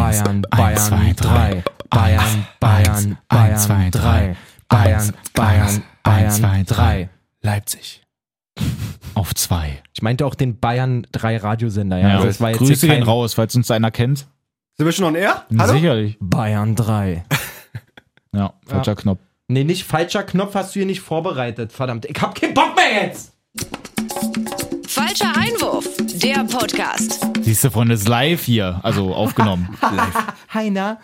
Bayern, Bayern, 3. Bayern, Bayern, Bayern, 3. Bayern, Bayern, Bayern, 3. Leipzig. Auf zwei. Ich meinte auch den Bayern 3 Radiosender. Ja, Ja, Also es war jetzt Grüße hier gehen kein raus, falls uns da einer kennt. Sind wir schon on air? Hallo? Sicherlich. Bayern 3. Ja, falscher Knopf. Nee, nicht falscher Knopf hast du hier nicht vorbereitet. Verdammt, ich hab keinen Bock mehr jetzt. Falscher Einwurf, der Podcast. Siehst du, Freunde, ist live hier, also aufgenommen. Heiner.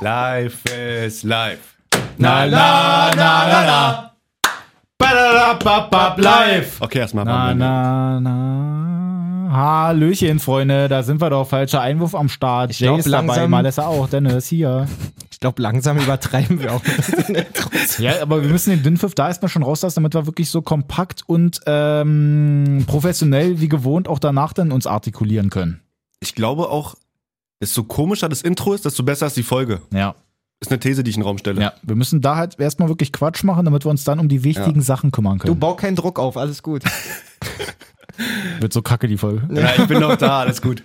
Live is live. na, na, na, na, na. Badadababab, live. Okay, erstmal. Na, Bam, bam, na, na. Hallöchen, Freunde, da sind wir doch. Falscher Einwurf am Start. Ich glaub, Jay ist dabei, langsam- mal ist er auch. Dennis hier. Ich glaube, langsam übertreiben wir auch. Ja, aber wir müssen den Dünnpfiff da erstmal schon rauslassen, damit wir wirklich so kompakt und ähm, professionell wie gewohnt auch danach dann uns artikulieren können. Ich glaube auch, desto komischer das Intro ist, desto besser ist die Folge. Ja. Ist eine These, die ich in den Raum stelle. ja. Wir müssen da halt erstmal wirklich Quatsch machen, damit wir uns dann um die wichtigen Sachen kümmern Du können. bau keinen Druck auf, alles gut. Wird so kacke die Folge. Ja, ich bin doch da, alles gut.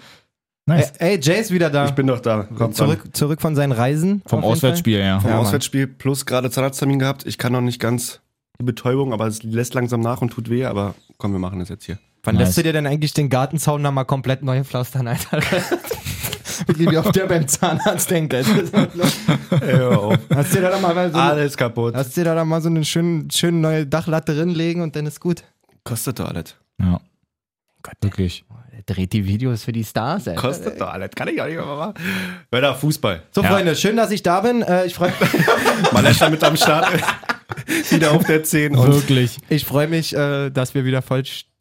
Ey, Nice. ey, Jay ist wieder da. Ich bin doch da. Kommt zurück, zurück von seinen Reisen. Vom auf jeden Auswärtsspiel, ja. Vom Ja, Mann. Auswärtsspiel plus gerade Zahnarzttermin gehabt. Ich kann noch nicht ganz die Betäubung, aber es lässt langsam nach und tut weh, aber komm, wir machen das jetzt hier. Fall. Wann Nice. lässt du dir denn eigentlich den Gartenzaun nochmal komplett neu pflastern, Alter? Wie wie oft der beim Zahnarzt denkt. Alter. Hast du dir da mal so, eine- Alles kaputt. hast du dir da mal so eine schöne, schöne neue Dachlatte drinlegen und dann ist gut. kostet doch alles. Ja. Wirklich. Er dreht die Videos für die Stars, Alter. Kostet doch alles. Kann ich auch nicht mehr machen. Hör da, Fußball. So, Ja. Freunde, schön, dass ich da bin. Äh, ich freue Mal lässt damit am Start. Wieder auf der 10 und Wirklich. Ich freue mich, äh, dass wir wieder vollständig,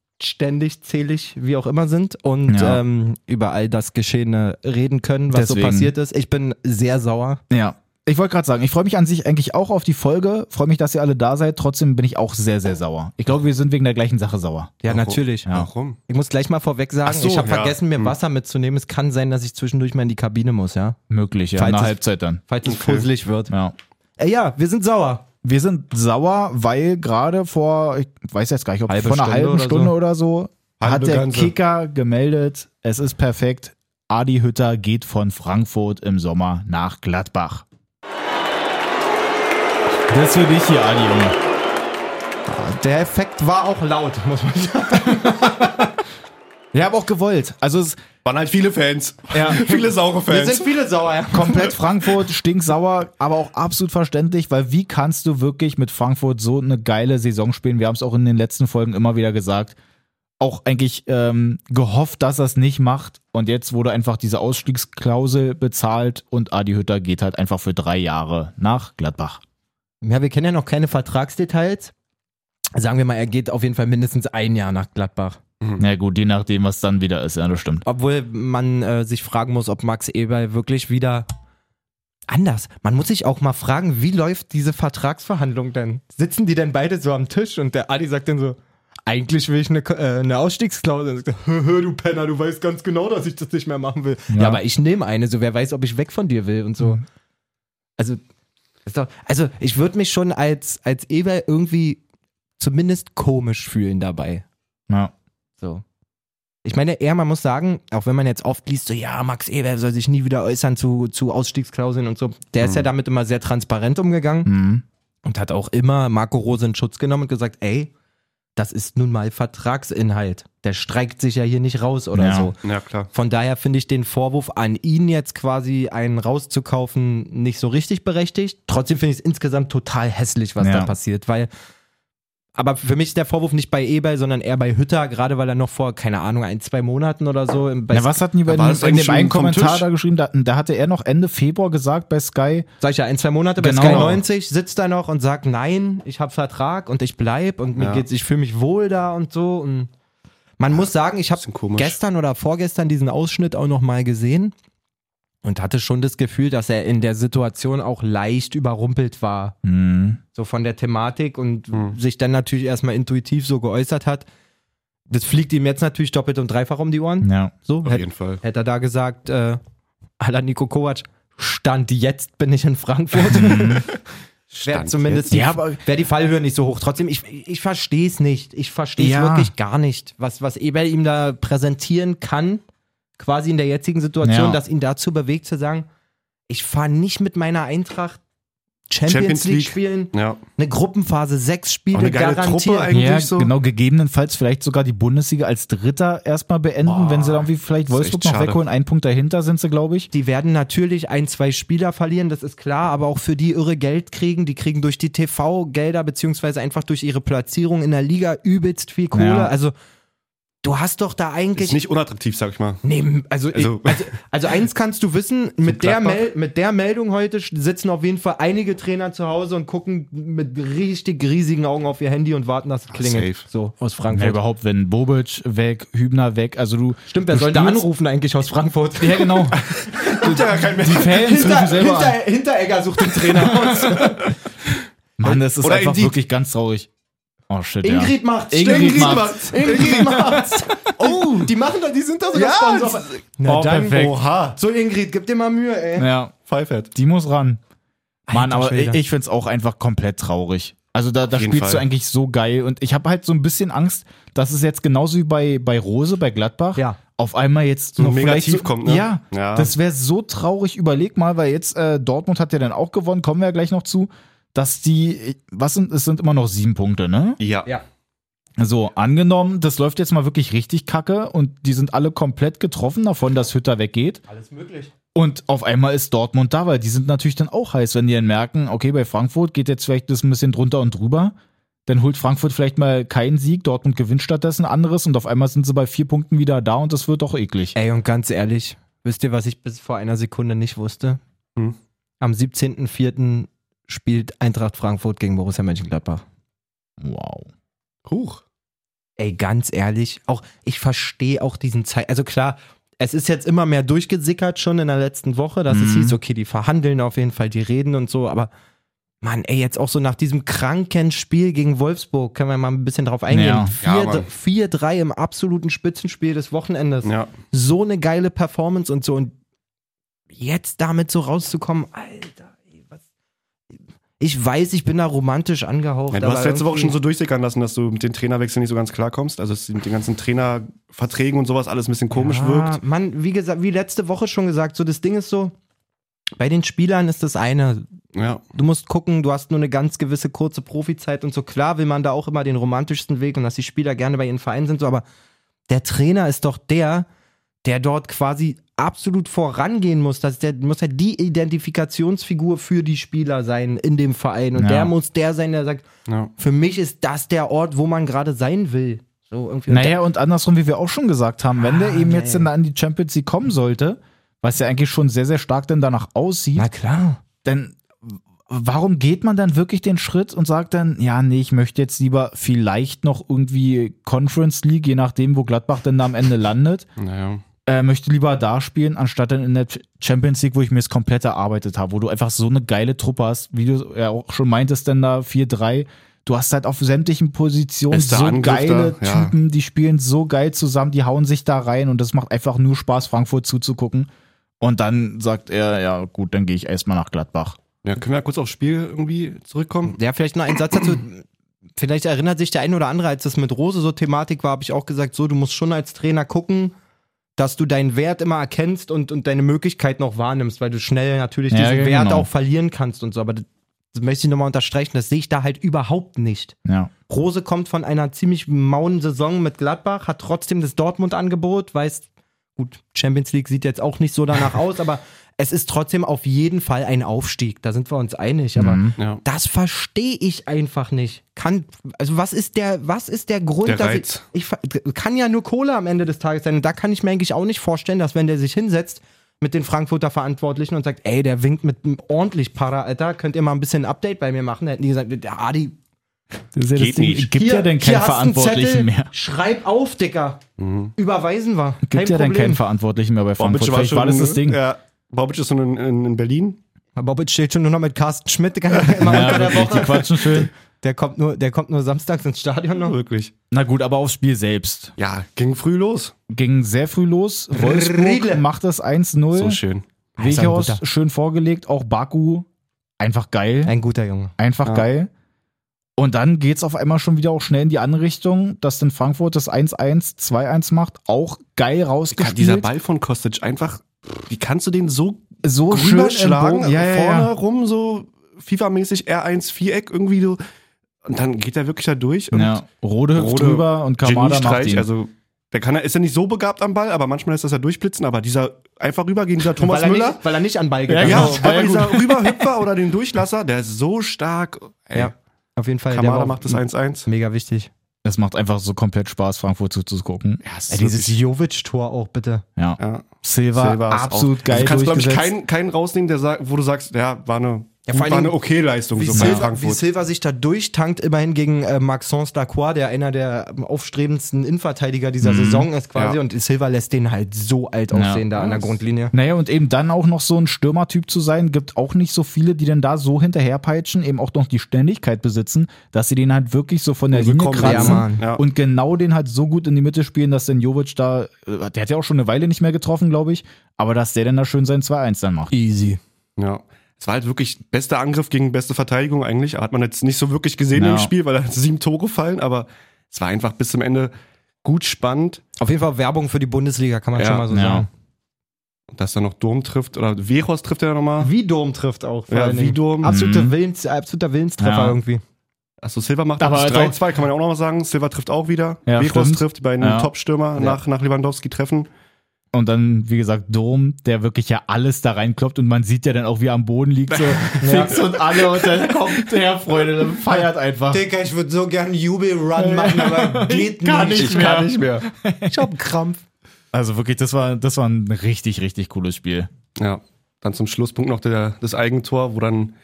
zählig, wie auch immer sind und Ja. ähm, über all das Geschehene reden können, was so Deswegen. passiert ist. Ich bin sehr sauer. Ja. Ich wollte gerade sagen, ich freue mich an sich eigentlich auch auf die Folge, freue mich, dass ihr alle da seid, trotzdem bin ich auch sehr, sehr sauer. Ich glaube, wir sind wegen der gleichen Sache sauer. Ja, natürlich. Warum? Ich muss gleich mal vorweg sagen, Ach so, ich habe ja. Hm. vergessen, mir Wasser mitzunehmen. Es kann sein, dass ich zwischendurch mal in die Kabine muss, ja? Möglich, ja. Falls in der es- Halbzeit dann. Falls es Okay. fusselig wird. Ja. Äh, ja, wir sind sauer. Wir sind sauer, weil gerade vor, ich weiß jetzt gar nicht, ob Halbe vor einer Stunde halben oder Stunde so. oder so, Halbe hat der ganze. Kicker gemeldet, es ist perfekt, Adi Hütter geht von Frankfurt im Sommer nach Gladbach. Das für dich hier, Adi, Junge. Der Effekt war auch laut, muss man sagen. Ich habe auch gewollt. Also es ist Waren halt viele Fans. Ja. Viele saure Wir Fans. sind viele sauer. ja. komplett Frankfurt, stinksauer, aber auch absolut verständlich, weil wie kannst du wirklich mit Frankfurt so eine geile Saison spielen? Wir haben es auch in den letzten Folgen immer wieder gesagt. Auch eigentlich ähm, gehofft, dass er es nicht macht. Und jetzt wurde einfach diese Ausstiegsklausel bezahlt und Adi Hütter geht halt einfach für drei Jahre nach Gladbach. Ja, wir kennen ja noch keine Vertragsdetails. Sagen wir mal, er geht auf jeden Fall mindestens ein Jahr nach Gladbach. Mhm. Na gut, je nachdem, was dann wieder ist. Ja, das stimmt. Obwohl man äh, sich fragen muss, ob Max Eberl wirklich wieder anders. Man muss sich auch mal fragen, wie läuft diese Vertragsverhandlung denn? Sitzen die denn beide so am Tisch und der Adi sagt dann so, eigentlich will ich eine, Ko- äh, eine Ausstiegsklausel. Und sagt, er, "Hö, hö, du Penner, du weißt ganz genau, dass ich das nicht mehr machen will. Ja, Ja. aber ich nehme eine, so wer weiß, ob ich weg von dir will und so. Also, ist doch, also ich würde mich schon als, als Eberl irgendwie zumindest komisch fühlen dabei. Ja. So. Ich meine, eher, man muss sagen, auch wenn man jetzt oft liest, so, ja, Max Eber soll sich nie wieder äußern zu, zu Ausstiegsklauseln und so, der ist ja damit immer sehr transparent umgegangen Mhm. und hat auch immer Marco Rose in Schutz genommen und gesagt, ey, das ist nun mal Vertragsinhalt. Der streikt sich ja hier nicht raus oder Ja. so. Ja, klar. Von daher finde ich den Vorwurf an ihn jetzt quasi einen rauszukaufen nicht so richtig berechtigt. Trotzdem finde ich es insgesamt total hässlich, was Ja. da passiert, weil aber für mich ist der Vorwurf nicht bei Eberl, sondern eher bei Hütter, gerade weil er noch vor, keine Ahnung, ein, zwei Monaten oder so im- bei Na, was hatten die bei war den, das in eigentlich dem einen schon vom Kommentar Tisch? da geschrieben? Da, da hatte er noch Ende Februar gesagt bei Sky, sag ich ja, ein, zwei Monate bei Genau. Sky 90 sitzt er noch und sagt, nein, ich habe Vertrag und ich bleib und mir Ja. geht's, ich fühle mich wohl da und so und man muss sagen, ich habe Bisschen komisch. gestern oder vorgestern diesen Ausschnitt auch noch mal gesehen und hatte schon das Gefühl, dass er in der Situation auch leicht überrumpelt war, mhm. so von der Thematik und sich dann natürlich erstmal intuitiv so geäußert hat. Das fliegt ihm jetzt natürlich doppelt und dreifach um die Ohren. ja. So, Auf hätte jeden Fall. hätte er da gesagt, äh, Ala Nico Kovac, Stand jetzt bin ich in Frankfurt. Wäre Mhm. Stand zumindest jetzt. die, Ja, aber- wär die Fallhöhe nicht so hoch. Trotzdem, ich, ich verstehe es nicht. Ich verstehe es Ja. wirklich gar nicht, was, was Eberl ihm da präsentieren kann. quasi in der jetzigen Situation, Ja. das ihn dazu bewegt zu sagen, ich fahre nicht mit meiner Eintracht Champions, Champions League, League. spielen, Ja. eine Gruppenphase, sechs Spiele Auch eine geile garantiert. Truppe eigentlich ja, so. genau, gegebenenfalls vielleicht sogar die Bundesliga als Dritter erstmal beenden, Oh, wenn sie da irgendwie vielleicht das ist Wolfsburg echt noch schade. wegholen. Einen Punkt dahinter sind sie, glaube ich. Die werden natürlich ein, zwei Spieler verlieren, das ist klar, aber auch für die irre Geld kriegen. Die kriegen durch die TV-Gelder, beziehungsweise einfach durch ihre Platzierung in der Liga übelst viel Kohle. Ja. Also, du hast doch da eigentlich. Ist nicht unattraktiv, sag ich mal. Nee, also, ich- Also- also, also eins kannst du wissen, mit der, Gladbach? Mel mit der Meldung heute sch- sitzen auf jeden Fall einige Trainer zu Hause und gucken mit richtig riesigen Augen auf ihr Handy und warten, dass es klingelt. safe. So, aus Ja, Frankfurt. überhaupt, wenn Bobic weg, Hübner weg, also du. Stimmt, wer du soll da spielst- anrufen eigentlich aus Frankfurt? Ja, genau. Gibt ja gar keinen mehr. Die Fans rufen selber an. Hinteregger sucht den Trainer aus. Mann, das ist Oder einfach Indeed. wirklich ganz traurig. Oh shit, ja. Ingrid macht's. Ingrid Ingrid macht's. macht's. Ingrid macht's. Oh, die machen da, die sind da sogar Ja, Sponsor. das- Na Oh, dann, perfekt. Oha. So Ingrid, gib dir mal Mühe, ey. Ja, Pfeifert. die muss ran. Mann, Alter aber ich, Schwede. ich find's auch einfach komplett traurig. Also da, da jeden spielst du Fall. eigentlich so geil und ich habe halt so ein bisschen Angst, dass es jetzt genauso wie bei, bei Rose, bei Gladbach, Ja. auf einmal jetzt So noch negativ vielleicht so, kommt, ne? Ja, Ja. das wäre so traurig. Überleg mal, weil jetzt äh, Dortmund hat ja dann auch gewonnen, kommen wir ja gleich noch zu, dass die, was sind, es sind immer noch sieben Punkte, ne? Ja. Ja. So, angenommen, das läuft jetzt mal wirklich richtig kacke und die sind alle komplett getroffen davon, dass Hütter weggeht. Alles möglich. Und auf einmal ist Dortmund da, weil die sind natürlich dann auch heiß, wenn die dann merken, okay, bei Frankfurt geht jetzt vielleicht das ein bisschen drunter und drüber. Dann holt Frankfurt vielleicht mal keinen Sieg, Dortmund gewinnt stattdessen anderes und auf einmal sind sie bei vier Punkten wieder da und das wird doch eklig. Ey, und ganz ehrlich, wisst ihr, was ich bis vor einer Sekunde nicht wusste? Hm. Am 17.04. spielt Eintracht Frankfurt gegen Borussia Mönchengladbach. Wow. Huch. Ey, ganz ehrlich, auch ich verstehe auch diesen Zeit. Also klar, es ist jetzt immer mehr durchgesickert schon in der letzten Woche, dass es Mhm. hieß, okay, die verhandeln auf jeden Fall, die reden und so, aber Mann, ey, jetzt auch so nach diesem kranken Spiel gegen Wolfsburg, können wir mal ein bisschen drauf eingehen. Ja. Ja, 4-3 Mann. 4-3 im absoluten Spitzenspiel des Wochenendes. Ja. so eine geile Performance und so und jetzt damit so rauszukommen, Alter, ey, was ich weiß, ich bin da romantisch angehaucht. Ja, du aber hast letzte Woche schon irgendwie- so durchsickern lassen, dass du mit den Trainerwechseln nicht so ganz klarkommst. Also es mit den ganzen Trainerverträgen und sowas alles ein bisschen komisch ja, wirkt. Mann, wie gesagt, wie letzte Woche schon gesagt, so das Ding ist so, bei den Spielern ist das eine. Ja. Du musst gucken, du hast nur eine ganz gewisse kurze Profizeit und so. Klar will man da auch immer den romantischsten Weg und dass die Spieler gerne bei ihren Vereinen sind, so, aber der Trainer ist doch der, der dort quasi absolut vorangehen muss. Das, der muss ja die Identifikationsfigur für die Spieler sein in dem Verein. Und Ja. der muss der sein, der sagt, ja. für mich ist das der Ort, wo man gerade sein will. So irgendwie. Und Naja, und andersrum, wie wir auch schon gesagt haben, wenn der eben jetzt dann an die Champions League kommen sollte, was ja eigentlich schon sehr, sehr stark dann danach aussieht, Na klar. dann w- warum geht man dann wirklich den Schritt und sagt dann, ja, nee, ich möchte jetzt lieber vielleicht noch irgendwie Conference League, je nachdem, wo Gladbach denn da am Ende landet, Naja. äh, möchte lieber da spielen, anstatt dann in der Champions League, wo ich mir es komplett erarbeitet habe, wo du einfach so eine geile Truppe hast, wie du ja auch schon meintest, dann da 4-3. Du hast halt auf sämtlichen Positionen Bester so Angriff geile da, ja. Typen, die spielen so geil zusammen, die hauen sich da rein und das macht einfach nur Spaß, Frankfurt zuzugucken. Und dann sagt er, ja gut, dann gehe ich erstmal nach Gladbach. Ja, können wir kurz aufs Spiel irgendwie zurückkommen? Ja, vielleicht noch ein Satz dazu. Vielleicht erinnert sich der ein oder andere, als das mit Rose so Thematik war, habe ich auch gesagt, so, du musst schon als Trainer gucken, dass du deinen Wert immer erkennst und, und deine Möglichkeiten auch wahrnimmst, weil du schnell natürlich Ja, diesen genau. Wert auch verlieren kannst und so. Aber das, das möchte ich nochmal unterstreichen, das sehe ich da halt überhaupt nicht. Ja. Rose kommt von einer ziemlich mauen Saison mit Gladbach, hat trotzdem das Dortmund-Angebot, weiß, gut, Champions League sieht jetzt auch nicht so danach aus, aber es ist trotzdem auf jeden Fall ein Aufstieg. Da sind wir uns einig, aber Mhm. Ja. das verstehe ich einfach nicht. Kann, also was ist der, was ist der Grund, Der dass ich, Reiz. ich ver- kann ja nur Kohle am Ende des Tages sein. Und da kann ich mir eigentlich auch nicht vorstellen, dass wenn der sich hinsetzt mit den Frankfurter Verantwortlichen und sagt, ey, der winkt mit einem ordentlich Para, Alter, könnt ihr mal ein bisschen ein Update bei mir machen? Da hätten die gesagt, der Adi, Das ist ja Geht nicht. Gibt ja denn hier keinen hast du einen Zettel, Verantwortlichen mehr. Mhm. Schreib auf, Dicker. Überweisen wir. Gibt ja dann keinen Verantwortlichen mehr bei Frankfurt. Vielleicht war das das Ding. Ja. Bobic ist schon in, in, in Berlin. Aber Bobic steht schon nur noch mit Carsten Schmidt, Digga, immer Ja, unter der wirklich, die Woche. quatschen schön. Der kommt nur, der kommt nur samstags ins Stadion noch. Wirklich. Na gut, aber aufs Spiel selbst. Ja, ging früh los. Ging sehr früh los. Wolfsburg Riedle. macht das So 1-0. schön. Weghorst guter- schön vorgelegt. Auch Baku. Einfach geil. Ein guter Junge. Einfach geil. Und dann geht es auf einmal schon wieder auch schnell in die andere Richtung, dass dann Frankfurt das 1-1, 2-1 macht, auch geil Kann rausgespielt. dieser Ball von Kostic einfach, wie kannst du den so so schön im rüberschlagen, Also Bogen. ja, ja, vorne ja. rum, so FIFA-mäßig R1 Viereck irgendwie so. Und dann geht er wirklich da durch und ja. Rode hüpft Rode, drüber und Kamada macht Geniestreich, ihn. also der kann, er- ist ja nicht so begabt am Ball, aber manchmal ist das ja durchblitzen, aber dieser einfach rübergehen, dieser Thomas weil er Müller, Nicht, weil er nicht an Ball gegangen ja, genau, ist. war ja aber dieser Rüberhüpfer oder den Durchlasser, der ist so stark. Ey, Ja, auf jeden Fall. Kamada war auch macht das halt. 1-1. Mega wichtig. das macht einfach so komplett Spaß, Frankfurt zuzugucken. Ja, es Ey, ist dieses wirklich- Jovic-Tor auch bitte. Ja. ja, Silva, Silva ist absolut auch, geil Du kannst, glaube ich, durchgesetzt. keinen, keinen rausnehmen, der sagt, wo du sagst, ja, war eine, Ja, vor war allen Dingen, eine okay Leistung Wie so bei Silva, wie Frankfurt. Silva sich da durchtankt, immerhin gegen äh, Maxence Lacroix, der einer der aufstrebendsten Innenverteidiger dieser Saison ist quasi. Ja. Und Silva lässt den halt so alt Ja. aussehen da an der Grundlinie. Naja, und eben dann auch noch so ein Stürmertyp zu sein, gibt auch nicht so viele, die denn da so hinterherpeitschen, eben auch noch die Ständigkeit besitzen, dass sie den halt wirklich so von der Linie Unbekommen, ja, kratzen Mann. Ja. und genau den halt so gut in die Mitte spielen, dass dann Jovic da, äh, der hat ja auch schon eine Weile nicht mehr getroffen, glaube ich, aber dass der dann da schön sein 2-1 dann macht. Easy. Ja. Es war halt wirklich bester Angriff gegen beste Verteidigung eigentlich. Hat man jetzt nicht so wirklich gesehen Ja. im Spiel, weil da sieben Tore fallen, aber es war einfach bis zum Ende gut spannend. Auf jeden Fall Werbung für die Bundesliga, kann man Ja. schon mal so Ja. sagen. Und Dass dann noch Durm trifft oder Veros trifft er ja nochmal. Wie Dom trifft auch. Ja, allen Dingen. wie Durm. Absoluter, Mhm. Willens, äh, absoluter Willenstreffer Ja. irgendwie. Achso, Silva macht Aber aber also- halt 3-2, kann man ja auch nochmal sagen. Silva trifft auch wieder. Ja, Veros stimmt. trifft, die beiden Ja. Top-Stürmer nach, nach Lewandowski treffen. Und dann, wie gesagt, Dom, der wirklich ja alles da reinkloppt und man sieht ja dann auch, wie er am Boden liegt, so fix und alle und dann kommt der Freunde, dann feiert einfach. Dicker, ich würde so gern einen Jubel-Run machen, aber geht Kann nicht. Ich kann nicht mehr. Ich hab einen Krampf. Also wirklich, das war, das war ein richtig, richtig cooles Spiel. Ja, dann zum Schlusspunkt noch der, das Eigentor, wo dann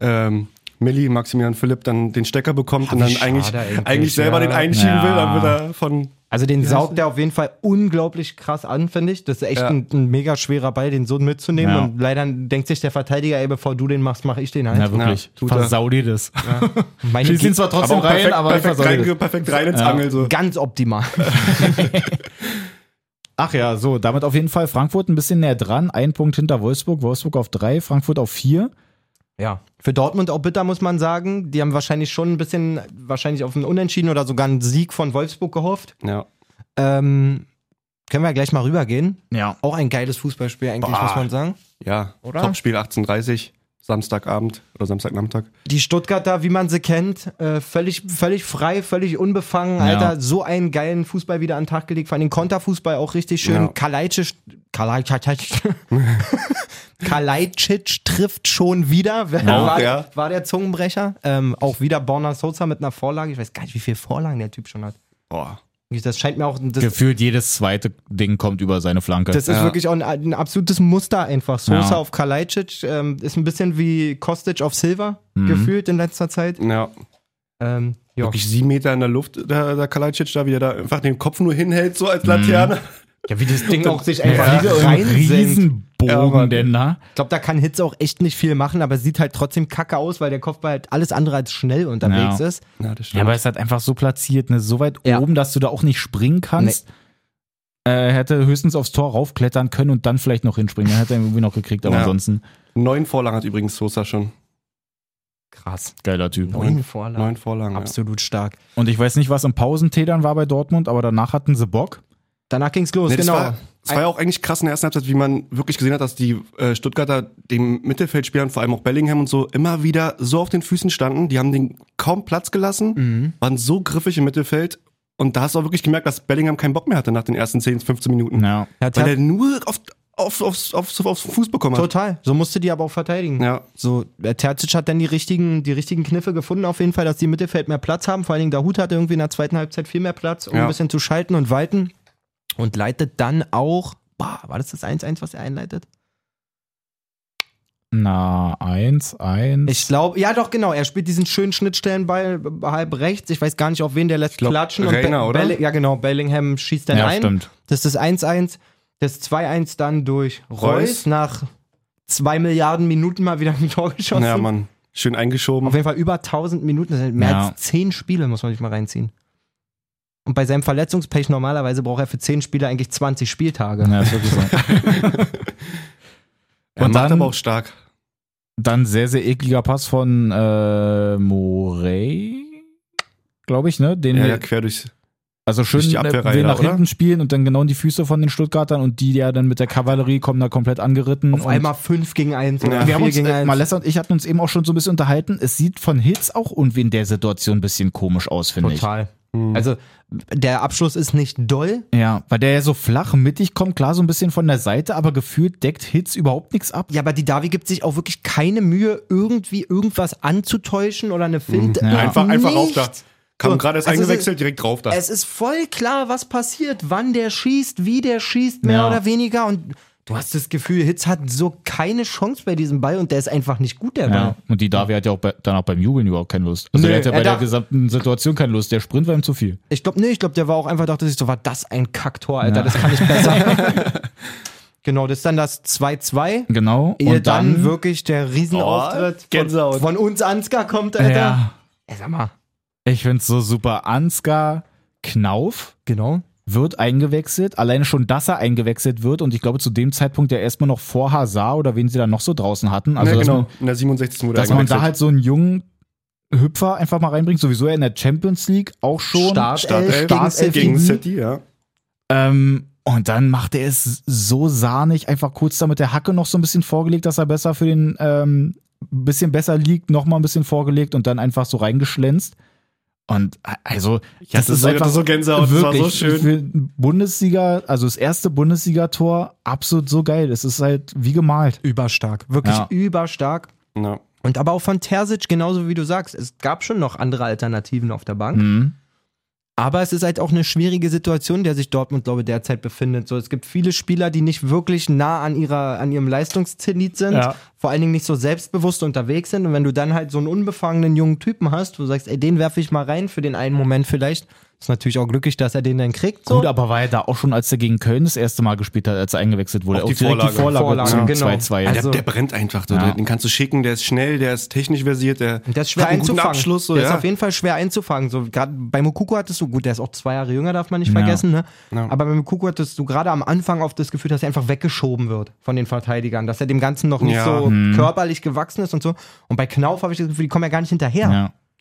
ähm, Milli, Maximilian Philipp, dann den Stecker bekommt Ah, und wie dann schade eigentlich, eigentlich, eigentlich selber ja. den einschieben Ja. will, dann wird er von Also den saugt er auf jeden Fall unglaublich krass an, finde ich. Das ist echt Ja. ein, ein mega schwerer Ball, den so mitzunehmen. Ja. Und leider denkt sich der Verteidiger, ey, bevor du den machst, mache ich den halt. Na wirklich, tut er. versau dir das. Meine Schießt ihn Ge- zwar trotzdem auch rein, aber perfekt, versau dir das. rein, perfekt rein ins Ja. Angel. So. ganz optimal. Ach ja, so, damit auf jeden Fall Frankfurt ein bisschen näher dran. Ein Punkt hinter Wolfsburg, Wolfsburg auf drei, Frankfurt auf vier. ja. Für Dortmund auch bitter, muss man sagen. Die haben wahrscheinlich schon ein bisschen, wahrscheinlich auf einen Unentschieden oder sogar einen Sieg von Wolfsburg gehofft. Ja. Ähm, können wir gleich mal rübergehen. Ja. Auch ein geiles Fußballspiel eigentlich, Bah. muss man sagen. Ja, Oder? Topspiel 18.30 Samstagabend oder Samstagnachmittag. Die Stuttgarter, wie man sie kennt, äh, völlig, völlig frei, völlig unbefangen, Ja. Alter, so einen geilen Fußball wieder an den Tag gelegt. Vor allem Konterfußball auch richtig schön. Ja. Kalajdzic, Kalajdzic, Kalajdzic trifft schon wieder. Wer- Ja. War, Ja. war der Zungenbrecher. Ähm, auch wieder Borna Sosa mit einer Vorlage. Ich weiß gar nicht, wie viele Vorlagen der Typ schon hat. Boah. Das scheint mir auch, das, Gefühlt jedes zweite Ding kommt über seine Flanke. das ist Ja. wirklich auch ein, ein absolutes Muster einfach. Sosa Ja. auf Kalajdzic ähm, ist ein bisschen wie Kostic auf Silver Mhm. gefühlt in letzter Zeit. Ja, Ähm, ja. wirklich sieben Meter in der Luft, der, der Kalajdzic da, wie der da einfach den Kopf nur hinhält, so als Laterne. Ja, wie das Ding auch sich ja, einfach um so ein reinsenkt. Ja, Riesenbogen Mann. denn ne? da. Ich glaube, da kann Hitze auch echt nicht viel machen, aber es sieht halt trotzdem kacke aus, weil der Kopfball halt alles andere als schnell unterwegs Ja. ist. Ja, das stimmt. Ja, aber es ist halt einfach so platziert, ne, so weit Ja. oben, dass du da auch nicht springen kannst. Äh, hätte höchstens aufs Tor raufklettern können und dann vielleicht noch hinspringen. Dann hätte er ihn irgendwie noch gekriegt, aber Ja. ansonsten Neun Vorlagen hat übrigens Sosa schon. Krass. geiler Typ. Neun Vorlagen. Neun Vorlagen. Ja. Absolut stark. Und ich weiß nicht, was im Pausentee dann war bei Dortmund, aber danach hatten sie Bock. Danach ging's los, Nee, das genau. war, das war ja auch eigentlich krass in der ersten Halbzeit, wie man wirklich gesehen hat, dass die äh, Stuttgarter den Mittelfeldspielern, vor allem auch Bellingham und so, immer wieder so auf den Füßen standen. Die haben den kaum Platz gelassen, Mhm. waren so griffig im Mittelfeld. Und da hast du auch wirklich gemerkt, dass Bellingham keinen Bock mehr hatte nach den ersten 10, 15 Minuten. Ja. Ja, Weil tja, er nur auf, auf, aufs, aufs, aufs Fuß bekommen hat. total. So musste die aber auch verteidigen. Ja, So, äh, Terzic hat dann die richtigen, die richtigen Kniffe gefunden, auf jeden Fall, dass die im Mittelfeld mehr Platz haben. Vor allen Dingen der Hut hatte irgendwie in der zweiten Halbzeit viel mehr Platz, um Ja. ein bisschen zu schalten und walten. Und leitet dann auch, bah, war das das 1-1, was er einleitet? Na, eins, eins. Ich glaube, ja doch, genau. Er spielt diesen schönen Schnittstellenball äh, halb rechts. Ich weiß gar nicht, auf wen der lässt glaub, klatschen. Reina, Be- oder? Belli- ja, genau. Bellingham schießt dann ja, ein. stimmt. Das ist das 1-1. Das 2-1 dann durch Reus, Reus. nach zwei Milliarden Minuten mal wieder ein Tor geschossen. ja Mann. Schön Auf eingeschoben. jeden Fall über 1000 Minuten. Das sind mehr Ja. als zehn Spiele, muss man sich mal reinziehen. Und bei seinem Verletzungspech normalerweise braucht er für zehn Spiele eigentlich 20 Spieltage. Ja, ist wirklich so. Ja, Und macht dann- aber auch stark. Dann sehr, sehr ekliger Pass von äh, Morey. glaube ich, ne? Den, Ja, ja, quer durchs. also schön durch die äh, Abwehrreihe den da, nach oder? hinten spielen und dann genau in die Füße von den Stuttgartern und die ja dann mit der Kavallerie kommen da komplett angeritten. Auf und einmal 5 gegen 1 oder Ja. wir haben 4 uns, gegen äh, 1. Malessa und ich hatten uns eben auch schon so ein bisschen unterhalten. Es sieht von Hits auch irgendwie in der Situation ein bisschen komisch aus, finde ich. Total. Also der Abschluss ist nicht doll. Ja, weil der ja so flach mittig kommt, klar so ein bisschen von der Seite, aber gefühlt deckt Hits überhaupt nichts ab. Ja, aber die Davi gibt sich auch wirklich keine Mühe, irgendwie irgendwas anzutäuschen oder eine Finte. Mhm. Ja. Einfach, einfach rauf Nichts. da. Kam gerade erst Also es eingewechselt, direkt drauf da. Es ist voll klar, was passiert, wann der schießt, wie der schießt, mehr Ja. oder weniger. Und du hast das Gefühl, Hitz hat so keine Chance bei diesem Ball und der ist einfach nicht gut, der Ball. Ja, und die Davi hat ja auch bei, danach beim Jubeln überhaupt keine Lust. Also Nö, der hat ja er bei der darf- gesamten Situation keine Lust. Der Sprint war ihm zu viel. Ich glaube, nee, ich glaube, der war auch einfach, dachte sich so, war das ein Kacktor, Alter, das kann ich besser. genau, das ist dann das 2-2. Genau. Ehe und dann, Oh, dann, wirklich der Riesenauftritt von, Gänsehaut. von uns Ansgar kommt, Alter. Ja, Ey, sag mal. ich find's so super. Ansgar Knauf Genau. wird eingewechselt. Alleine schon, dass er eingewechselt wird. Und ich glaube, zu dem Zeitpunkt ja erstmal noch vor Hazard oder wen sie da noch so draußen hatten. Also, ja, dass genau. man- In der 67. wurde dass man da eingewechselt. halt so einen jungen Hüpfer einfach mal reinbringt. Sowieso ja in der Champions League auch schon. Startelf, Startelf gegen Startelf Sevilla. Äh, gegen City, ja. Ähm, und dann macht er es so sahnig, einfach kurz da mit der Hacke noch so ein bisschen vorgelegt, dass er besser für den, ähm, bisschen besser liegt, nochmal ein bisschen vorgelegt und dann einfach so reingeschlänzt. Und a- also, das, das ist war- einfach das war so Gänsehaut, das war wirklich, so schön. Für Bundesliga, also das erste Bundesliga-Tor, absolut so geil. Es ist halt wie gemalt. Überstark. Wirklich Ja. überstark. ja. Und aber auch von Terzic, genauso wie du sagst, es gab schon noch andere Alternativen auf der Bank. Mhm. Aber es ist halt auch eine schwierige Situation, in der sich Dortmund, glaube ich, derzeit befindet. So, es gibt viele Spieler, die nicht wirklich nah an, ihrer, an ihrem Leistungszenit sind, Ja. vor allen Dingen nicht so selbstbewusst unterwegs sind. Und wenn du dann halt so einen unbefangenen jungen Typen hast, wo du sagst, ey, den werfe ich mal rein für den einen Moment vielleicht, ist natürlich auch glücklich, dass er den dann kriegt. So. Gut, aber war er da auch schon, als er gegen Köln das erste Mal gespielt hat, als er eingewechselt wurde. Auch die direkt die Vorlage. Vorlage, Vorlage, zum genau. 2-2. Also- der, der brennt einfach. So. Ja. Den kannst du schicken, der ist schnell, der ist technisch versiert, der, Und der ist schwer hat einen guten einzufangen. Abschluss. So, der ja. ist auf jeden Fall schwer einzufangen. So, gerade bei Mukoko hattest du, gut, der ist auch zwei Jahre jünger, darf man nicht vergessen, ne? Aber bei Mukoko hattest du gerade am Anfang oft das Gefühl, dass er einfach weggeschoben wird von den Verteidigern, dass er dem Ganzen noch nicht Ja. so Hm. körperlich gewachsen ist und so. Und bei Knauf habe ich das Gefühl, die kommen ja gar nicht hinterher. ja.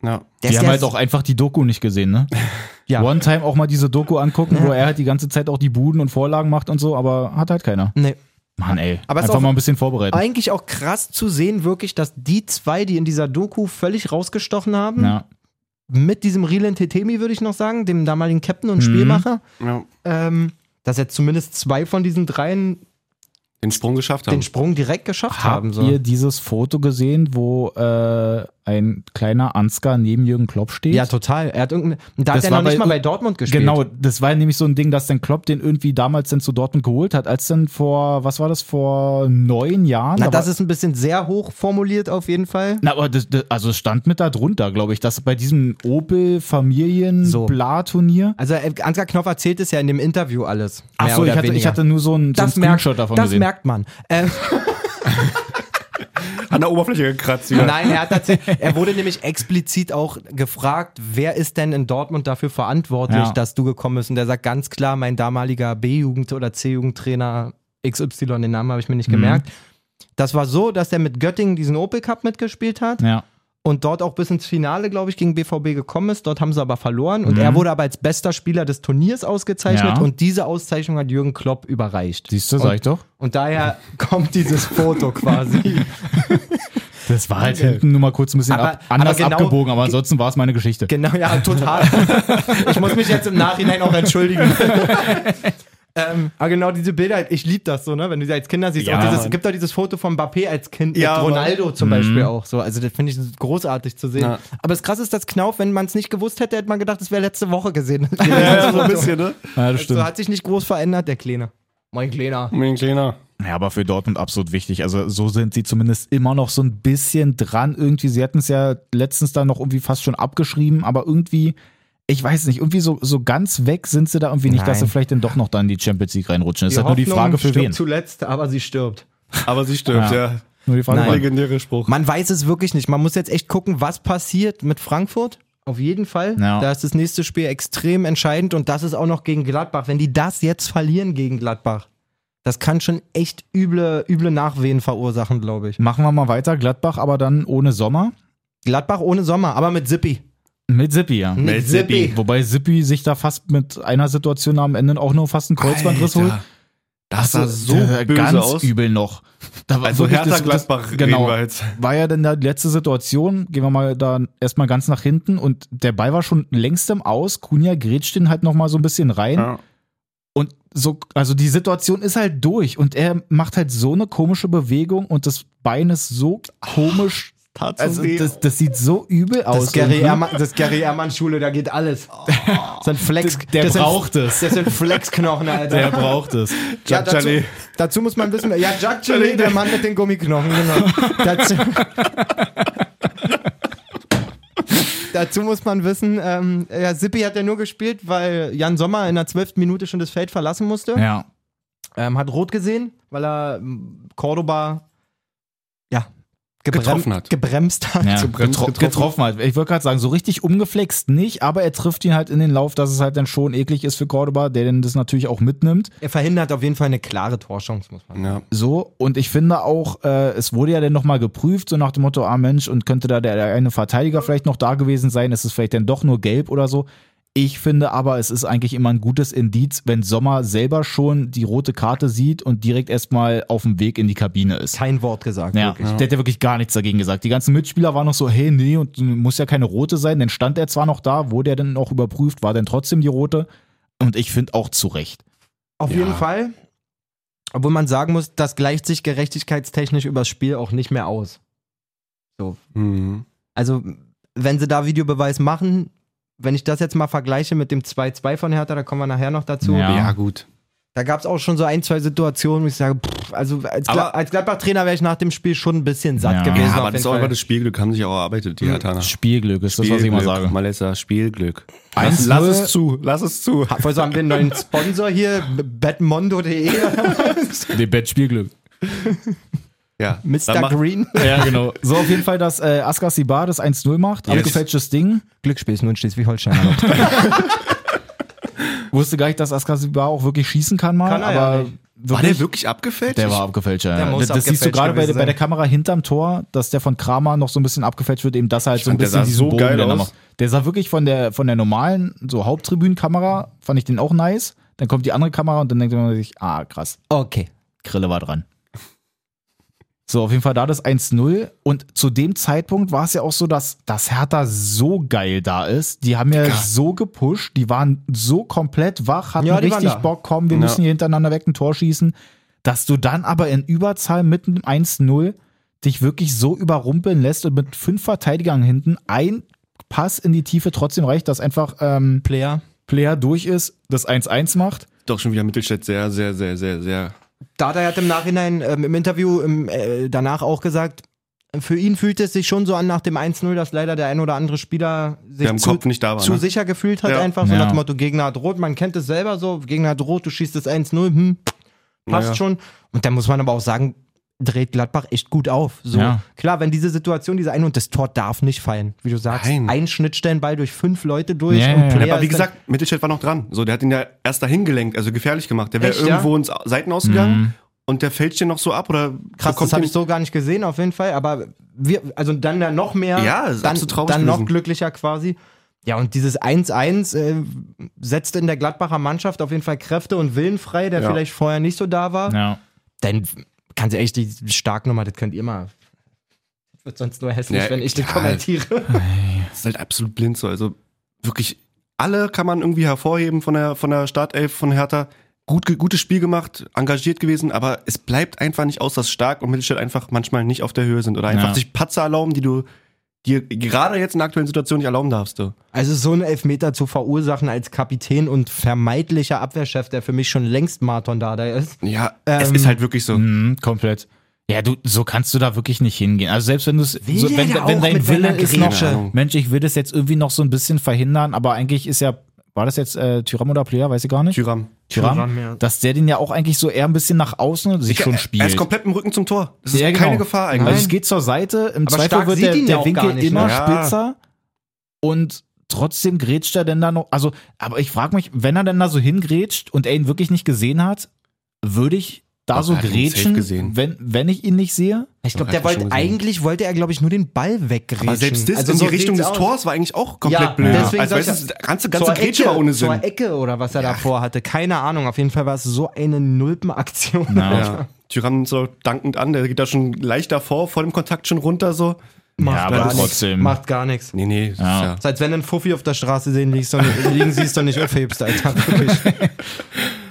ja. Der Die ist haben ja halt auch einfach die Doku nicht gesehen, ne? Ja. One Time auch mal diese Doku angucken, wo er halt die ganze Zeit auch die Buden und Vorlagen macht und so, aber hat halt keiner. Nee. Mann, ey. Aber es ist einfach auch- mal ein bisschen vorbereiten. ne, Eigentlich auch krass zu sehen, wirklich, dass die zwei, die in dieser Doku völlig rausgestochen haben, Ja. mit diesem Rilen Tetemi, würde ich noch sagen, dem damaligen Captain Mhm. und Spielmacher, Ja. ähm, dass jetzt zumindest zwei von diesen dreien Den Sprung geschafft haben. den Sprung direkt geschafft haben. Habt So. ihr dieses Foto gesehen, wo äh, ein kleiner Ansgar neben Jürgen Klopp steht? Ja, total. Er hat irgendeine. Da Das hat er war noch nicht bei- mal bei Dortmund gespielt. Genau, das war nämlich so ein Ding, dass dann Klopp den irgendwie damals dann zu Dortmund geholt hat, als dann vor, was war das, vor neun Jahren? Na, Da war- das ist ein bisschen sehr hoch formuliert auf jeden Fall. Na, aber das, das, also es stand mit da drunter, glaube ich, dass bei diesem So. Opel-Familien-Bla-Turnier. Also äh, Ansgar Knopf erzählt es ja in dem Interview alles. Ach mehr so, ich oder hatte, ich weniger. hatte nur so einen, so das einen merkt, Screenshot davon das gesehen. merkt man. Äh, An der Oberfläche gekratzt. Wieder. nein, er, hat tatsächlich, er wurde nämlich explizit auch gefragt, wer ist denn in Dortmund dafür verantwortlich, Ja. dass du gekommen bist? Und der sagt ganz klar, mein damaliger B-Jugend- oder C-Jugendtrainer XY, den Namen habe ich mir Mhm. nicht gemerkt. Das war so, dass er mit Göttingen diesen Opel Cup mitgespielt hat. Ja. und dort auch bis ins Finale, glaube ich, gegen BVB gekommen ist. Dort haben sie aber verloren Mhm. und er wurde aber als bester Spieler des Turniers ausgezeichnet Ja. und diese Auszeichnung hat Jürgen Klopp überreicht. Siehst du, Und- sag ich doch. Und daher kommt dieses Foto quasi. Das war halt hinten nur mal kurz ein bisschen Aber- ab, anders aber genau- abgebogen, aber ansonsten war es meine Geschichte. genau, ja, total. Ich muss mich jetzt im Nachhinein auch entschuldigen. Ähm, aber genau diese Bilder, ich liebe das so, ne? Wenn du sie als Kinder siehst, Ja, auch dieses, Mann. gibt doch dieses Foto von Mbappé als Kind Ja, mit Mann. Ronaldo zum Beispiel auch so. Also das finde ich großartig zu sehen. Ja. Aber das krasse ist, dass Knauf, wenn man es nicht gewusst hätte, hätte man gedacht, es wäre letzte Woche gesehen. Ja, ja, so ein bisschen, ne? Ja, das Also hat sich nicht groß verändert, der Kleine. Mein Kleiner. Mein Kleiner. Ja, aber für Dortmund absolut wichtig. Also so sind sie zumindest immer noch so ein bisschen dran. Irgendwie, sie hatten es ja letztens da noch irgendwie fast schon abgeschrieben, aber irgendwie, ich weiß nicht, irgendwie so, so ganz weg sind sie da irgendwie nicht, dass sie Nein. vielleicht dann doch noch da in die Champions League reinrutschen. Ist halt nur die Frage für stirbt wen. zuletzt, aber sie stirbt. Aber sie stirbt, Ja. ja. Nur die Frage Nein. wann. Legendäre Spruch. Man weiß es wirklich nicht. Man muss jetzt echt gucken, was passiert mit Frankfurt. Auf jeden Fall. Ja. Da ist das nächste Spiel extrem entscheidend und das ist auch noch gegen Gladbach. Wenn die das jetzt verlieren gegen Gladbach, das kann schon echt üble, üble Nachwehen verursachen, glaube ich. Machen wir mal weiter, Gladbach, aber dann ohne Sommer. Gladbach ohne Sommer, aber mit Sippi. Mit Sippi, ja. Mit Sippi. Wobei Sippi sich da fast mit einer Situation am Ende auch nur fast einen Kreuzbandriss holt. Alter, Das sah so Der böse ganz aus. übel noch. Da war Also wirklich Hertha das- das- Gladbach genau. reden wir jetzt. War ja dann da die letzte Situation, gehen wir mal da erstmal ganz nach hinten und der Ball war schon längst im Aus, Kunja grätscht den halt nochmal so ein bisschen rein Ja. und so, also die Situation ist halt durch und er macht halt so eine komische Bewegung und das Bein ist so komisch, Tat so also weh. das, das sieht so übel Das aus. ist Gary irgendwie. Ehrmann- das ist Gary Ehrmann Schule, da geht alles. Das sind Flex, Der das sind- braucht es. Das sind Flexknochen, Alter. Der braucht es. ja, Jack dazu, Chalet. dazu muss man wissen, ja, Jack Chalet, der Mann mit den Gummiknochen, genau. dazu, dazu muss man wissen, ähm, ja, Sippi hat ja nur gespielt, weil Jan Sommer in der zwölften Minute schon das Feld verlassen musste. Ja. Ähm, hat rot gesehen, weil er ähm, Cordoba ja, gebrem- Getroffen hat. gebremst hat. Ja, So bremst getro- getroffen. halt. Ich wollte gerade sagen, so richtig umgeflext nicht, aber er trifft ihn halt in den Lauf, dass es halt dann schon eklig ist für Cordoba, der denn das natürlich auch mitnimmt. Er verhindert auf jeden Fall eine klare Torchance, muss man sagen. Ja. So, und ich finde auch, äh, es wurde ja dann nochmal geprüft, so nach dem Motto, ah Mensch, und könnte da der, der eine Verteidiger vielleicht noch da gewesen sein, ist es vielleicht dann doch nur gelb oder so. Ich finde aber, es ist eigentlich immer ein gutes Indiz, wenn Sommer selber schon die rote Karte sieht und direkt erstmal auf dem Weg in die Kabine ist. Kein Wort gesagt, Ja, wirklich. der hat ja wirklich gar nichts dagegen gesagt. Die ganzen Mitspieler waren noch so, hey, nee, und muss ja keine rote sein. Dann stand er zwar noch da, wurde er dann auch überprüft, war dann trotzdem die rote. Und ich finde auch zu Recht. Auf Ja. jeden Fall. Obwohl man sagen muss, das gleicht sich gerechtigkeitstechnisch übers Spiel auch nicht mehr aus. Mhm. Also, wenn sie da Videobeweis machen, wenn ich das jetzt mal vergleiche mit dem 2-2 von Hertha, da kommen wir nachher noch dazu. Ja. ja, gut. Da gab es auch schon so ein, zwei Situationen, wo ich sage, pff, also als, Gla Aber- als Gladbach-Trainer wäre ich nach dem Spiel schon ein bisschen satt Ja. gewesen. Ja, auf aber das jeden ist auch Fall. Mhm. über das Spielglück, haben sich auch erarbeitet, die Hertaner. Spielglück ist das, was ich immer sage. Malessa, Spielglück. 1-0. Lass, lass es zu, lass es zu. Ha, Also haben wir einen neuen Sponsor hier, b- betmondo.de, Nee, Bett Spielglück. Ja. Mr. Dann mach- Green. Ja, genau. So, auf jeden Fall, dass äh, Askar Sibar das 1-0 macht. Yes. Abgefälschtes Ding. Glücksspiel ist nur in Schleswig-Holstein. erlaubt. Wusste gar nicht, dass Askar Sibar auch wirklich schießen kann mal. Kann er ja aber nicht. War wirklich- der wirklich abgefälscht? Der war abgefälscht, ja. Der muss das das siehst du abgefälscht gerade bei, gewesen bei der sein. Kamera hinterm Tor, dass der von Kramer noch so ein bisschen abgefälscht wird, eben dass er halt so ein fand, der bisschen sah diesen so Bogen geil dann aus. macht. Der sah wirklich von der, von der normalen, so Haupttribünenkamera, fand ich den auch nice. Dann kommt die andere Kamera und dann denkt man sich, ah, krass, Okay. Grille war dran. So, auf jeden Fall da das 1-0. Und zu dem Zeitpunkt war es ja auch so, dass das Hertha so geil da ist. Die haben ja so gepusht, die waren so komplett wach, hatten Ja, die waren richtig da. Bock, komm, wir Ja. müssen hier hintereinander weg ein Tor schießen. Dass du dann aber in Überzahl mit einem 1-0 dich wirklich so überrumpeln lässt und mit fünf Verteidigern hinten ein Pass in die Tiefe trotzdem reicht, dass einfach ähm, Player. Player durch ist, das 1-1 macht. Doch schon wieder Mittelstädt sehr, sehr, sehr, sehr, sehr. Dada hat im Nachhinein ähm, im Interview im, äh, danach auch gesagt, für ihn fühlte es sich schon so an nach dem 1-0, dass leider der ein oder andere Spieler sich Der im zu, Kopf nicht da war. zu Ne? sicher gefühlt hat, Ja. einfach so Ja. nach dem Motto, Gegner hat rot, man kennt es selber so, Gegner hat rot, du schießt das 1-0, hm, passt Naja. schon. Und da muss man aber auch sagen, dreht Gladbach echt gut auf. So. Ja. Klar, wenn diese Situation, diese eine und das Tor darf nicht fallen, wie du sagst, Nein. ein Schnittstellenball durch fünf Leute durch Ja, ja, ja. Player Ja, aber wie ist dann- gesagt, Mittelstädt war noch dran. So, der hat ihn ja erst dahin gelenkt, also gefährlich gemacht. Der wäre Echt, ja? irgendwo ins Seiten ausgegangen Mhm. und der fälscht den noch so ab oder Krass, kommt das habe den- ich so gar nicht gesehen, auf jeden Fall. Aber wir, also dann ja noch mehr, Ja, ist dann, absolut traurig dann noch gewesen. glücklicher quasi. Ja, und dieses 1-1 äh, setzte in der Gladbacher Mannschaft auf jeden Fall Kräfte und Willen frei, der Ja. vielleicht vorher nicht so da war. Ja. Denn ganz ehrlich, die Starknummer, das könnt ihr mal. Wird sonst nur hässlich, Ja, wenn ich das ja. kommentiere. Das ist halt absolut blind so. Also wirklich alle kann man irgendwie hervorheben von der, von der Startelf von Hertha. Gut, ge- gutes Spiel gemacht, engagiert gewesen, aber es bleibt einfach nicht aus, dass Stark und Mittelstädt einfach manchmal nicht auf der Höhe sind oder einfach Ja. sich Patzer erlauben, die du dir gerade jetzt in der aktuellen Situation nicht erlauben darfst. Du. Also so einen Elfmeter zu verursachen als Kapitän und vermeintlicher Abwehrchef, der für mich schon längst Marton Dada ist. Ja, Ähm, es ist halt wirklich so. Mhm, komplett. Ja, du, so kannst du da wirklich nicht hingehen. Also selbst wenn du es, Will so, der wenn, da wenn auch dein mit Wille seiner ist Grätsche? noch, Keine Ahnung. Mensch, ich will das jetzt irgendwie noch so ein bisschen verhindern, aber eigentlich ist ja, war das jetzt äh, Tyram oder Player, weiß ich gar nicht. Tyram. Thuram, ja. Dass der den ja auch eigentlich so eher ein bisschen nach außen sich schon spielt. Er ist komplett im Rücken zum Tor. Das ist Ja, genau. keine Gefahr eigentlich. Also es geht zur Seite, im Aber Zweifel Stark wird sieht der, ihn ja der auch gar Winkel nicht, immer ne? Ja. spitzer und trotzdem grätscht er denn da noch. Also, aber ich frage mich, wenn er denn da so hingrätscht und er ihn wirklich nicht gesehen hat, würde ich da Doch, so er hat ihn safe grätschen, gesehen. wenn, wenn ich ihn nicht sehe? Ich glaube, Doch, der hat er wollte schon gesehen. eigentlich wollte er, glaube ich, nur den Ball Also weggrätschen. Aber selbst das in die Richtung des Tors war eigentlich auch komplett Ja, blöd. deswegen Also, sag ich weißt du, das ganze, ganze Grätsche war ohne Sinn. Zur Ecke oder was er davor hatte. Keine Ahnung. Auf jeden Fall war es so eine Nulpenaktion. Ja. Tyrann so dankend an, der geht da schon leicht davor, vor dem Kontakt schon runter so. Ja, aber nichts. trotzdem. Macht gar nichts. Nee, nee, das Ja. Ist Ist, als wenn du einen Fuffi auf der Straße sehen liegst und liegen siehst und nicht aufhebst, Alter. Wirklich.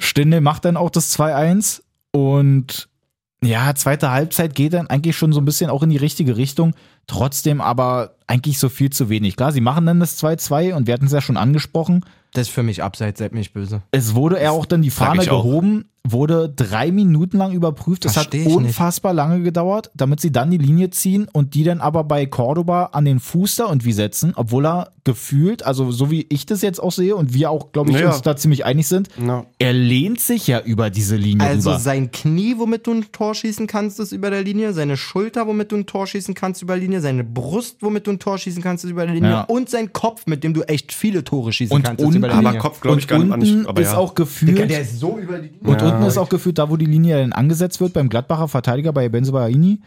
Stindel macht dann auch das 2-1 und ja, zweite Halbzeit geht dann eigentlich schon so ein bisschen auch in die richtige Richtung, trotzdem aber eigentlich so viel zu wenig. Klar, sie machen dann das 2-2 und wir hatten es ja schon angesprochen. Das ist für mich abseits, seid mich böse. Es wurde ja auch dann die Sag Fahne ich auch. gehoben, wurde drei Minuten lang überprüft. Es hat Versteh ich nicht. unfassbar lange gedauert, damit sie dann die Linie ziehen und die dann aber bei Cordoba an den Fuß da und wie setzen, obwohl er gefühlt, also so wie ich das jetzt auch sehe und wir auch, glaube ich, Naja. uns da ziemlich einig sind, ja. No. er lehnt sich ja über diese Linie Also rüber. sein Knie, womit du ein Tor schießen kannst, ist über der Linie. Seine Schulter, womit du ein Tor schießen kannst, über der Linie. Seine Brust, womit du ein Tor schießen kannst, ist über der Linie. Ja. Und sein Kopf, mit dem du echt viele Tore schießen Und kannst, ist über der unten- Aber Linie. Kopf glaube ich gar und nicht. unten Aber ist ja. auch gefühlt, Digga, der ist so über die Linie. und unten ist auch gefühlt, da wo die Linie dann angesetzt wird beim Gladbacher Verteidiger bei Benzo Baini,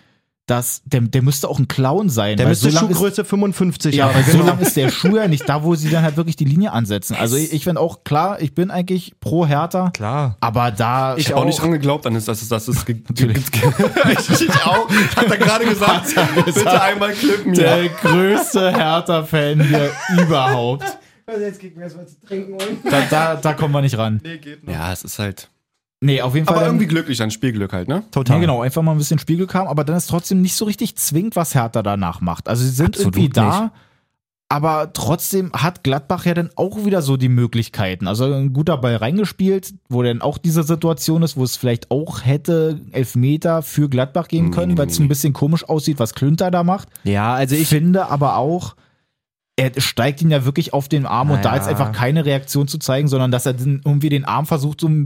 dass der, der müsste auch ein Clown sein. Der weil müsste so lang ist, Schuhgröße 55 ja, haben. weil genau. so lang ist der Schuh ja nicht da, wo sie dann halt wirklich die Linie ansetzen. Also ich, ich finde auch klar, ich bin eigentlich pro Hertha, Klar. aber da ich habe auch nicht dran geglaubt, an das, dass es das ist. ge- ge- Natürlich. ich, ich auch. Hat er gerade gesagt. Bitte einmal klippen. Ja. der größte Hertha-Fan hier überhaupt. Also jetzt kriegen wir erstmal zu trinken Da, da, da kommen wir nicht ran. ja, es ist halt. Nee, auf jeden Fall. Aber dann- irgendwie glücklich, ein Spielglück halt, ne? Ja, genau, einfach mal ein bisschen Spiegel kam, aber dann ist trotzdem nicht so richtig zwingend, was Hertha danach macht. Also sie sind Absolut irgendwie da, aber trotzdem hat Gladbach ja dann auch wieder so die Möglichkeiten. Also ein guter Ball reingespielt, wo dann auch diese Situation ist, wo es vielleicht auch hätte Elfmeter für Gladbach geben können, weil es ein bisschen komisch aussieht, was Klünter da macht. Ja, Mm. also Ich ich. finde aber auch, er steigt ihn ja wirklich auf den Arm und da Naja. jetzt einfach keine Reaktion zu zeigen, sondern dass er dann irgendwie den Arm versucht, so ein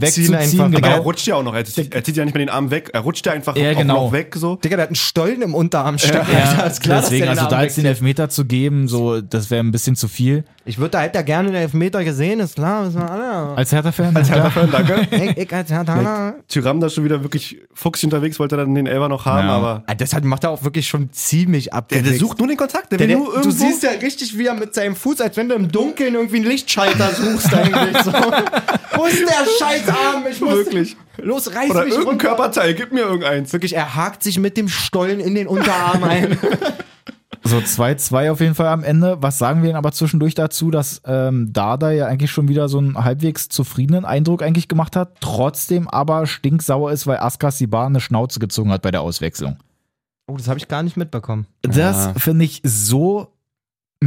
Wegzuziehen wegzuziehen. einfach. Aber er Genau. rutscht ja auch noch. Er, zieht- er zieht ja nicht mal den Arm weg. Er rutscht ja einfach Ja, auch genau. noch weg so. Digga, der hat einen Stollen im Unterarm stecken. Ja, Alter, ist klar, dass deswegen, der den also Arm da jetzt wegzieht. den Elfmeter zu geben, so, das wäre ein bisschen zu viel. Ich würde da hätte er gerne den Elfmeter gesehen, ist klar. Ist mal, Als Hertha-Fan? Danke. ich, ich als Herr Tanner. Tyram da schon wieder wirklich fuchsig unterwegs, wollte dann den Elber noch haben, Ja. aber. Ah, Das hat, macht er auch wirklich schon ziemlich ab. Der, der sucht nur den Kontakt. Der, Der, will der, nur irgendwo. du siehst ja richtig, wie er mit seinem Fuß, als wenn du im Dunkeln irgendwie einen Lichtschalter suchst eigentlich. So. Wo ist der Scheißarm? Ich muss Wirklich. Los, reiß Oder mich irgendein runter. Körperteil, gib mir irgendeins. Wirklich, er hakt sich mit dem Stollen in den Unterarm ein. So 2-2 auf jeden Fall am Ende. Was sagen wir denn aber zwischendurch dazu, dass ähm, Dada ja eigentlich schon wieder so einen halbwegs zufriedenen Eindruck eigentlich gemacht hat, trotzdem aber stinksauer ist, weil Askas Sibar eine Schnauze gezogen hat bei der Auswechslung. Oh, das habe ich gar nicht mitbekommen. Das Ja. finde ich so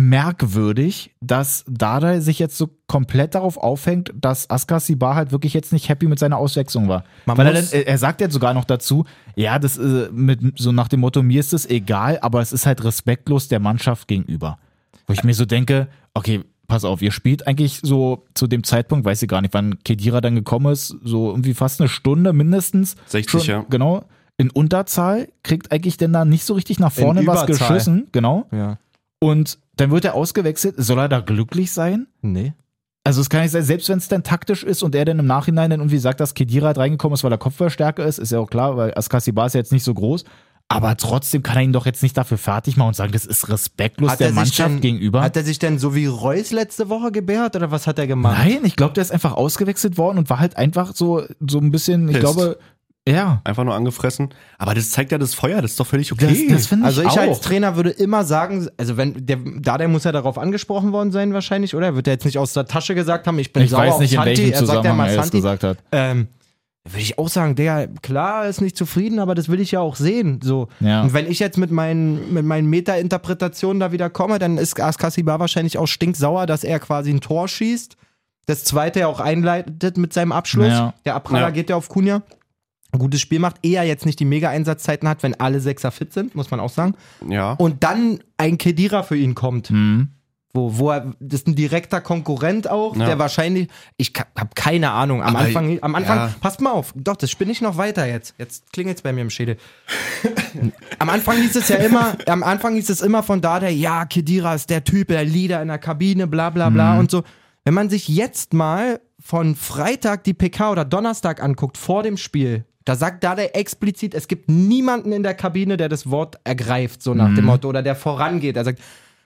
merkwürdig, dass Dada sich jetzt so komplett darauf aufhängt, dass Askar Sibar halt wirklich jetzt nicht happy mit seiner Auswechslung war. Man Weil er, dann, muss- er sagt jetzt sogar noch dazu, ja, das äh, mit so nach dem Motto, mir ist es egal, aber es ist halt respektlos der Mannschaft gegenüber. Wo ich mir so denke, okay, pass auf, ihr spielt eigentlich so zu dem Zeitpunkt, weiß ich gar nicht, wann Kedira dann gekommen ist, so irgendwie fast eine Stunde mindestens. 60, Schon- ja. Genau. In Unterzahl kriegt eigentlich denn da nicht so richtig nach In vorne was Überzahl. geschissen, genau. Ja. Und dann wird er ausgewechselt. Soll er da glücklich sein? Nee. Also es kann nicht sein, selbst wenn es dann taktisch ist und er dann im Nachhinein dann irgendwie sagt, dass Kedira halt reingekommen ist, weil er Kopfballstärke ist, ist ja auch klar, weil Askasibar ist ja jetzt nicht so groß. Aber trotzdem kann er ihn doch jetzt nicht dafür fertig machen und sagen, das ist respektlos der sich Mannschaft denn, gegenüber. Hat er sich denn so wie Reus letzte Woche gebärt oder was hat er gemacht? Nein, ich glaube, der ist einfach ausgewechselt worden und war halt einfach so, so ein bisschen, ich Pissed. glaube, ja. Einfach nur angefressen. Aber das zeigt ja das Feuer, das ist doch völlig Das, okay. das finde ich, also ich auch. als Trainer würde immer sagen, also wenn der Dardai muss ja darauf angesprochen worden sein wahrscheinlich, oder? Wird er jetzt nicht aus der Tasche gesagt haben, ich bin ich sauer weiß auf nicht, in Santi, welchem er sagt ja Zusammenhang mal er es Santi. gesagt hat. Ähm, würde ich auch sagen, der klar ist nicht zufrieden, aber das will ich ja auch sehen. So. Ja. Und wenn ich jetzt mit meinen, mit meinen Meta-Interpretationen da wieder komme, dann ist Askasibar wahrscheinlich auch stinksauer, dass er quasi ein Tor schießt. Das zweite ja auch einleitet mit seinem Abschluss. Ja. Der Abpraller Ja. geht ja auf Kunja. Ein gutes Spiel macht, eher jetzt nicht die Mega-Einsatzzeiten hat, wenn alle Sechser fit sind, muss man auch sagen. ja. Und dann ein Kedira für ihn kommt Hm. wo, wo er, das ist ein direkter Konkurrent auch, Ja. der wahrscheinlich, ich habe keine Ahnung, am Aber- Anfang, am Anfang, ja. passt mal auf, doch, das spinne ich noch weiter jetzt, jetzt klingelt's bei mir im Schädel. am Anfang hieß es ja immer, am Anfang hieß es immer von da, der, ja, Kedira ist der Typ, der Leader in der Kabine, bla bla bla und so. Wenn man sich jetzt mal von Freitag die PK oder Donnerstag anguckt, vor dem Spiel, Da sagt Dada explizit, es gibt niemanden in der Kabine, der das Wort ergreift, so nach dem Motto, oder der vorangeht. Er sagt,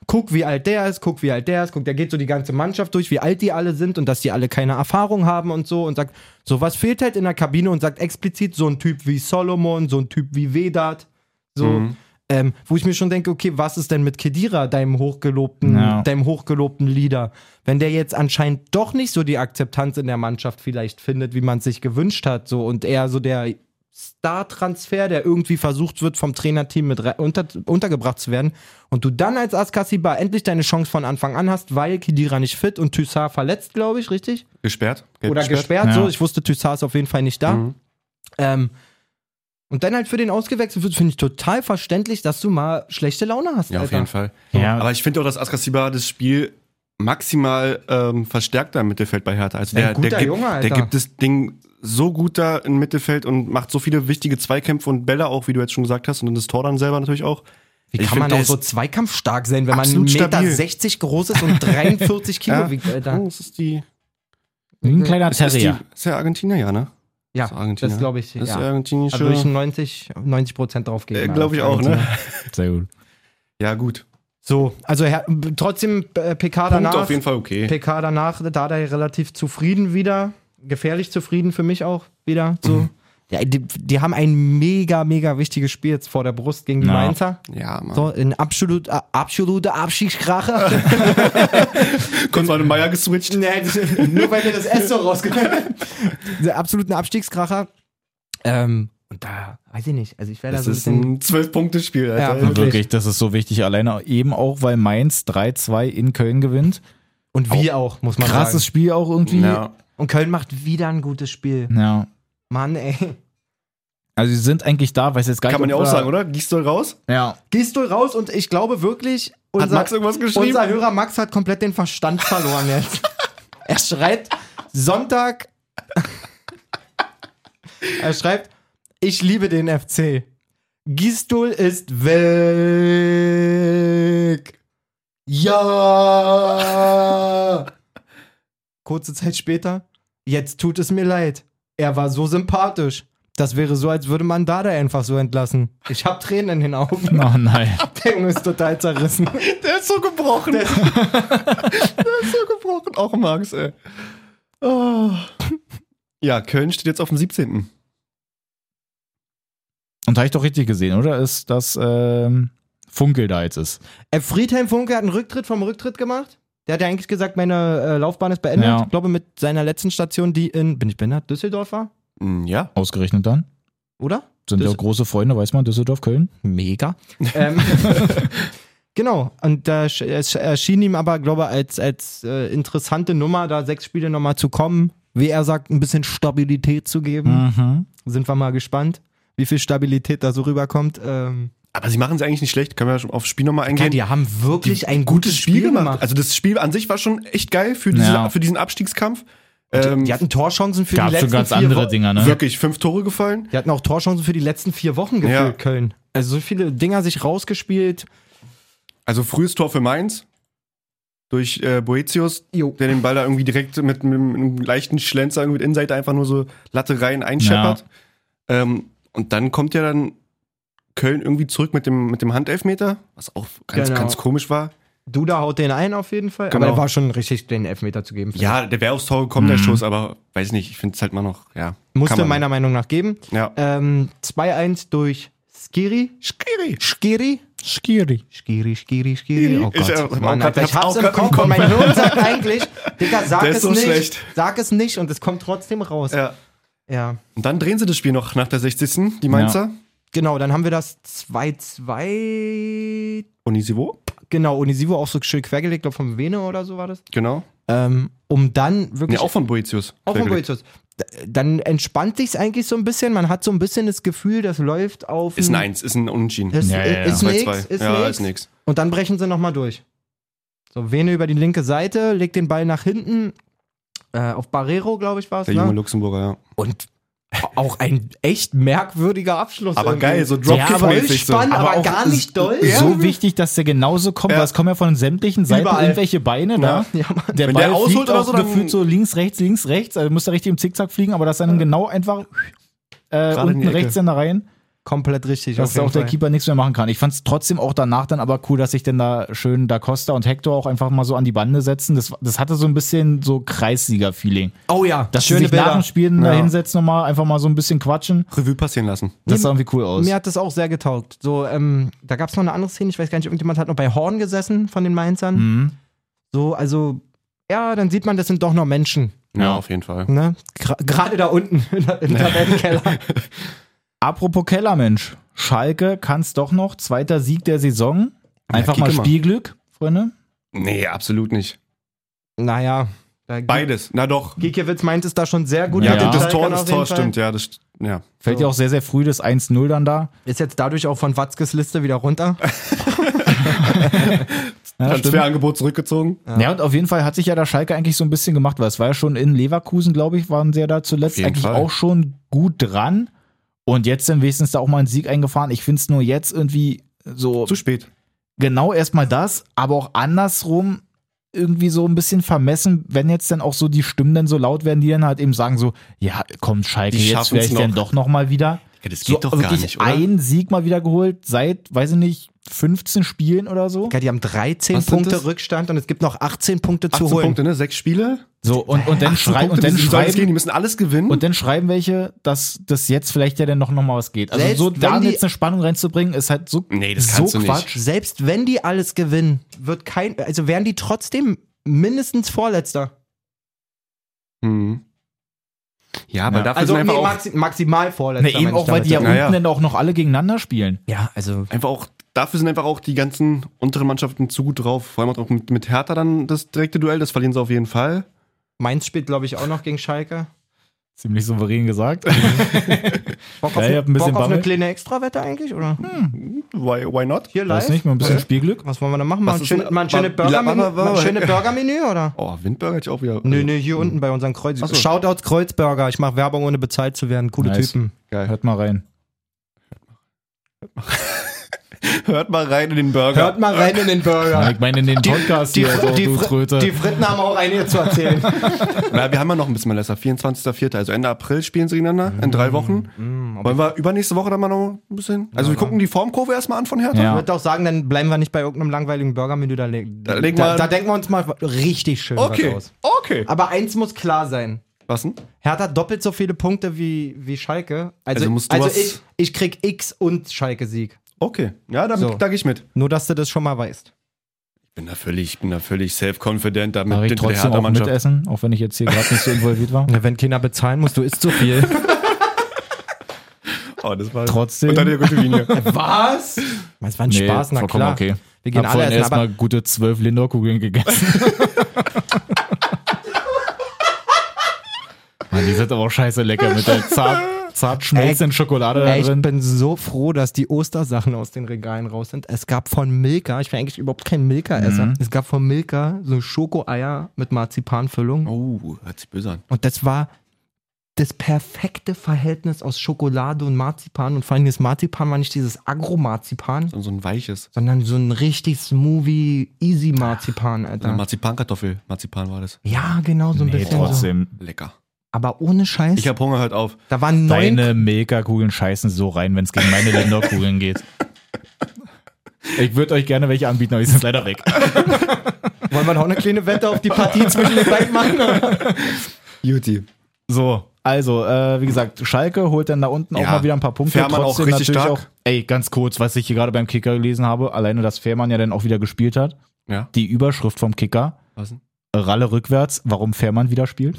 guck, wie alt der ist, guck, wie alt der ist, guck, der geht so die ganze Mannschaft durch, wie alt die alle sind und dass die alle keine Erfahrung haben und so und sagt, sowas fehlt halt in der Kabine und sagt explizit, so ein Typ wie Solomon, so ein Typ wie Vedat, so. Ähm, wo ich mir schon denke, okay, was ist denn mit Kedira, deinem hochgelobten, Ja. deinem hochgelobten Leader? Wenn der jetzt anscheinend doch nicht so die Akzeptanz in der Mannschaft vielleicht findet, wie man es sich gewünscht hat, so und eher so der Star-Transfer, der irgendwie versucht wird, vom Trainerteam mit re- unter, untergebracht zu werden. Und du dann als Askasiba endlich deine Chance von Anfang an hast, weil Kedira nicht fit und Thyssar verletzt, glaube ich, richtig? Gesperrt? Gelb Oder gesperrt, Ja. so. Ich wusste, Thyssar ist auf jeden Fall nicht da. Mhm. Ähm, und dann halt für den ausgewechselt wird, finde ich total verständlich, dass du mal schlechte Laune hast. Ja, auf Alter. jeden Fall. Ja. Aber ich finde auch, dass Askasiba das Spiel maximal ähm, verstärkt am Mittelfeld bei Hertha. Also der, Ein guter der, gibt, Junge, Alter. der gibt das Ding so gut da im Mittelfeld und macht so viele wichtige Zweikämpfe und Bälle auch, wie du jetzt schon gesagt hast, und das Tor dann selber natürlich auch. Wie Ich kann man find, auch der so ist- zweikampfstark sein, wenn man Absolut 1,60 Meter stabil. 60 groß ist und 43 Kilo Ja. wiegt, Alter? Oh, das ist die. Ein kleiner Das ist, die, Terrier. ist der Argentinier, ja, ne? Ja, Ist Argentinier. das glaube ich. Das ist ja. der argentinische. Also würde ich 90, 90 Prozent drauf geben. äh, glaube ich auch, ne? Sehr gut. Ja, gut. So, also Her b- trotzdem äh, PK Punkt danach. auf jeden Fall okay. PK danach, Dardai relativ zufrieden wieder. Gefährlich zufrieden für mich auch wieder. Mhm. So. Ja, die, die haben ein mega, mega wichtiges Spiel jetzt vor der Brust gegen die Ja. Mainzer. Ja, Mann. So, in absolut, äh, absolute Abschiedskrache. Kurz mal den Meier geswitcht. Nee, nur weil mir das S so rausgekommen ist. Absoluten Abstiegskracher. Ähm, und da, weiß ich nicht. Also ich wäre da Das so ein ist bisschen. ein Zwölf-Punkte-Spiel, Ja, Alter. Wirklich. Wirklich, das ist so wichtig. Alleine eben auch, weil Mainz 3-2 in Köln gewinnt. Und wie auch, muss man Krasses sagen. Spiel auch irgendwie. Ja. Und Köln macht wieder ein gutes Spiel. Ja. Mann, ey. Also sie sind eigentlich da, weiß jetzt gar Kann man nicht. ja ob auch wir- sagen, oder? Gießdoll raus? Ja. Gehst du raus und ich glaube wirklich, Hat unser, Max irgendwas geschrieben? unser Hörer Max hat komplett den Verstand verloren jetzt. er schreibt Sonntag. er schreibt, ich liebe den FC. Gistol ist weg. Ja. Kurze Zeit später, jetzt tut es mir leid. Er war so sympathisch. Das wäre so, als würde man Dada einfach so entlassen. Ich hab Tränen in den Augen. Oh nein. Der Junge ist total zerrissen. Der ist so gebrochen. Der, ist so gebrochen. Auch Max, ey. Oh. Ja, Köln steht jetzt auf dem 17. Und habe ich doch richtig gesehen, oder? Ist das ähm, Funkel da jetzt ist. Äh, Friedhelm Funke hat einen Rücktritt vom Rücktritt gemacht. Der hat ja eigentlich gesagt, meine äh, Laufbahn ist beendet. Ja. Ich glaube, mit seiner letzten Station, die in, bin ich behindert, Düsseldorf war, Ja. Ausgerechnet dann. oder? Sind ja Das- auch große Freunde, weiß man, Düsseldorf, Köln. Mega. ähm, genau. Und da sch- es sch- erschien ihm aber, glaube ich, als, als äh, interessante Nummer, da sechs Spiele nochmal zu kommen. Wie er sagt, ein bisschen Stabilität zu geben. Mhm. Sind wir mal gespannt, wie viel Stabilität da so rüberkommt. Ähm, Aber sie machen es eigentlich nicht schlecht. Können wir schon aufs Spiel nochmal eingehen? ja, die haben wirklich ein gutes Spiel, gemacht. Also das Spiel an sich war schon echt geil für, diese, Ja. für diesen Abstiegskampf. Die, Ähm, die hatten Torchancen für die Gab letzten schon ganz vier andere Wo- Dinger, ne? Wirklich, fünf Tore gefallen. Die hatten auch Torchancen für die letzten vier Wochen gefühlt, Ja. Köln. Also so viele Dinger sich rausgespielt. Also frühes Tor für Mainz durch äh, Boetius, Jo. der den Ball da irgendwie direkt mit, mit einem leichten Schlenzer irgendwie mit Inseite einfach nur so Latte rein einscheppert. Ähm, und dann kommt ja dann Köln irgendwie zurück mit dem, mit dem Handelfmeter, was auch ganz, Genau. ganz komisch war. Duda haut den ein auf jeden Fall. Genau. Aber der war schon richtig, den Elfmeter zu geben. Ja, der wäre aufs Tor gekommen, der Schuss, aber weiß nicht, ich finde es halt mal noch, ja. Mhm. Musste kann man- meiner Meinung nach geben. Ja. Ähm, 2-1 durch Skiri. Skiri. Skiri? Schiri. Skiri, Skiri, Skiri. Oh Ich Gott. hab's auch Mann, grad- Alter, ich ich hab's hab's auch im grad Kopf im und mein Kopf. Hirn sagt eigentlich, Digga, sag Der ist es so nicht. schlecht. Sag es nicht und es kommt trotzdem raus. Ja. ja. Und dann drehen sie das Spiel noch nach der 60. Die Mainzer. Genau, dann haben wir das 2-2. Onisivo. Genau, Unisivo auch so schön quergelegt, glaube von Vene oder so war das. Genau. Ähm, um dann Nee, wirklich. auch von Boetius. auch von Boetius. D- Dann entspannt sich's eigentlich so ein bisschen. Man hat so ein bisschen das Gefühl, das läuft auf. Ist ein Eins, ist ein Unentschieden. Ist, Ja, ja, ja. ist nix, 2-2. ist ja, nix. ist nix. Und dann brechen sie nochmal durch. So, Vene über die linke Seite, legt den Ball nach hinten. Äh, auf Barrero, glaube ich, war es. Der junge Ne? Luxemburger, ja. Und auch ein echt merkwürdiger Abschluss. Aber irgendwie. geil, so voll Dropkick-mäßig. so. spannend, aber, auch gar nicht doll. So wichtig, dass der genauso kommt, Ja. weil es kommen ja von sämtlichen Seiten Überall. irgendwelche Beine da. Ja, Mann. Der Wenn Ball der ausholt fliegt oder auch so, dann- gefühlt so links, rechts, links, rechts. Also muss da richtig im Zickzack fliegen, aber dass er dann genau einfach äh, Gerade in die unten Ecke. rechts in der Reihe, Komplett richtig. dass auf jeden auch der Fall. Keeper nichts mehr machen kann. Ich fand es trotzdem auch danach dann aber cool, dass sich denn da schön Da Costa und Hector auch einfach mal so an die Bande setzen. Das, das hatte so ein bisschen so Kreissieger-Feeling. Oh ja, Dass das sie schöne sich nach Bilder. dem Spielen da Ja. hinsetzen nochmal, einfach mal so ein bisschen quatschen. Revue passieren lassen. Das sah irgendwie cool aus. Mir hat das auch sehr getaugt. So, ähm, da gab es noch eine andere Szene, ich weiß gar nicht, irgendjemand hat noch bei Horn gesessen von den Mainzern. Hm. Mhm. So, also, ja, dann sieht man, das sind doch noch Menschen. Ja, auf jeden Fall. Ne? Gra- Gerade da unten in der- im Tabellenkeller. Apropos Kellermensch. Schalke kann es doch noch. Zweiter Sieg der Saison. Einfach Ja, mal kick mal. Spielglück, Freunde. Nee, absolut nicht. naja. Da Beides. Na doch. Gikiewicz meint es da schon sehr gut. Ja, mit den Das Tor, Schalkern das auf jeden Tor Fall. stimmt, ja, das st- ja. Fällt So. ja auch sehr, sehr früh das 1-0 dann da. Ist jetzt dadurch auch von Watzkes Liste wieder runter. Äh. Ja, das stimmt. Transferangebot zurückgezogen. ja, und auf jeden Fall hat sich ja der Schalke eigentlich so ein bisschen gemacht, weil es war ja schon in Leverkusen, glaube ich, waren sie ja da zuletzt Auf jeden eigentlich Fall. auch schon gut dran. Und jetzt sind wenigstens da auch mal einen Sieg eingefahren. Ich finde es nur jetzt irgendwie so Zu spät. genau erstmal das, aber auch andersrum irgendwie so ein bisschen vermessen, wenn jetzt dann auch so die Stimmen dann so laut werden, die dann halt eben sagen so, ja, komm Schalke, Die jetzt schaffen's wäre ich dann noch. doch noch mal wieder. Das so wirklich ein Sieg mal wieder geholt seit, weiß ich nicht, 15 Spielen oder so. Ja, die haben 13 Was sind Punkte das? Rückstand und es gibt noch 18 Punkte zu 18 holen. Punkte, ne? Sechs Spiele. So und und dann, schrei Punkte, und dann die, sollen es gehen, schreiben die müssen alles gewinnen. und dann schreiben welche, dass das jetzt vielleicht ja dann noch noch mal was geht. Also Selbst so da wenn die- jetzt eine Spannung reinzubringen ist halt so Nee, das so kannst du nicht. Quatsch. Selbst wenn die alles gewinnen, wird kein, also werden die trotzdem mindestens Vorletzter. Mhm. Ja, aber Ja. dafür Also sind nee, einfach, auch, maxi maximal vorletzter. Ne, eben meine ich auch, weil damit. die ja, ja. unten dann auch noch alle gegeneinander spielen. ja, also einfach auch, dafür sind einfach auch die ganzen unteren Mannschaften zu gut drauf. Vor allem auch mit, mit Hertha dann das direkte Duell, das verlieren sie auf jeden Fall. Mainz spielt, glaube ich, auch noch gegen Schalke. Ziemlich souverän gesagt. Also, Bock auf, Ja, ne- ihr habt ein bisschen Bock auf Bammel. Hm. eine kleine Extrawette eigentlich, oder? Why, why not? Hier Weiß live? nicht, mal ein bisschen Spielglück. Was wollen wir denn machen? Mal Was ein, ist schön, denn- mal ein schönes Ba- Bila- Burgermenü, Ba- Ba- mal ein schönes Burgermenü, oder? Oh, Windburger hätte ich auch wieder. Nö, nö, hier unten bei unseren Ach Kreuzburger. so. Shoutouts Kreuzburger. Ich mache Werbung, ohne bezahlt zu werden. Coole Nice. Typen. Geil. Hört mal rein. Hört mal rein in den Burger. Hört mal rein in den Ja, Burger. ich meine, in den Podcast Die, hier, so, die, du Fr Tröte. die Fritten haben auch einige zu erzählen. Na, wir haben ja noch ein bisschen mehr Lesser. 24.04. Also Ende April spielen sie gegeneinander. In drei Wochen. Wollen wir übernächste Woche dann mal noch ein bisschen. Also, wir gucken die Formkurve erstmal an von Hertha. Ich Ja. würde auch sagen, dann bleiben wir nicht bei irgendeinem langweiligen Burgermenü. Da, le- da, legen da, wir- denken wir uns mal richtig schön Okay. was aus. Okay. Aber eins muss klar sein. Was denn? Hertha doppelt so viele Punkte wie, wie Schalke. Also, Also also, musst du was- ich, ich krieg X und Schalke-Sieg. Okay. Ja, damit, So. da gehe ich mit. Nur, dass du das schon mal weißt. Ich bin da völlig, ich bin da völlig self-confident da Darf mit ich der trotzdem auch Hertha-Mannschaft. mitessen, auch wenn ich jetzt hier gerade nicht so involviert war? Wenn Kinder bezahlen musst, du isst zu viel. Oh, das war Trotzdem. Unter der Gürtellinie. was? Es war ein Spaß, na vollkommen klar. okay. Wir gehen Hab alle vorhin essen, aber erstmal gute zwölf Lindor-Kugeln gegessen. Mann, die sind aber auch scheiße lecker mit der zart, zart schmelzenden Schokolade da ey, ich drin. bin so froh, dass die Ostersachen aus den Regalen raus sind. Es gab von Milka, ich bin eigentlich überhaupt kein Milka-Esser, es gab von Milka so Schokoeier mit Marzipanfüllung. Oh, hört sich böse an. Und das war das perfekte Verhältnis aus Schokolade und Marzipan. Und vor allem das Marzipan war nicht dieses Agro-Marzipan, So, so ein weiches. sondern so ein richtig smoothie, easy Marzipan, So eine Alter. Marzipankartoffel. Marzipan war das. Ja, genau, so ein nee, bisschen. So. trotzdem. Lecker. Aber ohne Scheiß, Ich habe Hunger, hört auf. da waren neun. Deine Milka-Kugeln scheißen so rein, wenn es gegen meine Lindor-Kugeln geht. Ich würde euch gerne welche anbieten, aber die sind leider weg. Wollen wir noch eine kleine Wette auf die Partie zwischen den beiden machen? Juti. So, also, äh, wie gesagt, Schalke holt dann da unten auch Ja. mal wieder ein paar Punkte. Fährmann auch richtig stark. ey, ganz kurz, was ich hier gerade beim Kicker gelesen habe, alleine, dass Fährmann ja dann auch wieder gespielt hat. Ja. Die Überschrift vom Kicker, Was denn? Ralle rückwärts, warum Fährmann wieder spielt.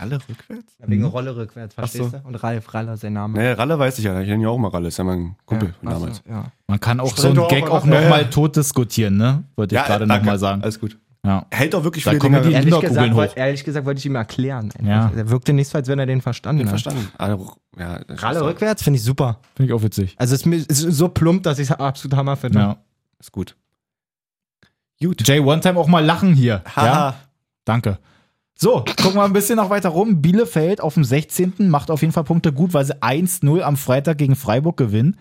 Ralle rückwärts? Wegen Rolle rückwärts, verstehst so. du? Und Ralf Raller, sein Name. Nee, Ralle weiß ich ja. Ich nenne ja auch mal Ralle. Ist ja mein Kumpel Ja, damals. also, ja. Man kann auch Sprinter so einen Gag auch auch mal- nochmal tot diskutieren, ne? Wollte ich gerade danke. Also nochmal sagen. Alles gut. Ja. Hält auch wirklich Da viele kommen Dinge. die- Ja, Ehrlich Lindor-Kugeln gesagt, wollt, hoch. ehrlich gesagt wollte ich ihm erklären. Ja. Er wirkte nicht so, als wenn er den verstanden hat. verstanden. Also, ja, das Ralle ist- rückwärts finde ich super. Finde ich auch witzig. Also es ist, mir- es ist so plump, dass ich es absolut Hammer finde. Ja. Ist gut. Jay, one time auch mal lachen hier. Ja? Haha. Danke. So, gucken wir ein bisschen noch weiter rum. Bielefeld auf dem 16. macht auf jeden Fall Punkte gut, weil sie 1-0 am Freitag gegen Freiburg gewinnen.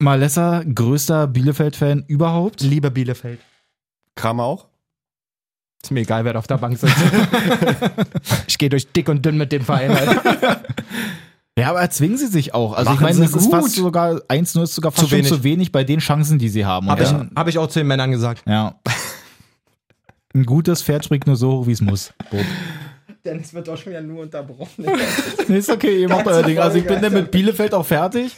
Malessa, größter Bielefeld-Fan überhaupt. Lieber Bielefeld. Kramer auch? Ist mir egal, wer da auf der Bank sitzt. ich gehe durch dick und dünn mit dem Verein. Alter. Ja, aber erzwingen sie sich auch. Also ich Machen meine, sie das ist gut. fast sogar 1-0 ist sogar fast Zu schon wenig. zu wenig bei den Chancen, die sie haben. Und Habe dann- ich, hab ich auch zu den Männern gesagt. Ja. Ein gutes Pferd springt nur so hoch, wie es muss. Dennis wird doch schon wieder nur unterbrochen. Nee, ist okay, ihr macht euer Ding. Also ich bin dann mit Bielefeld auch fertig.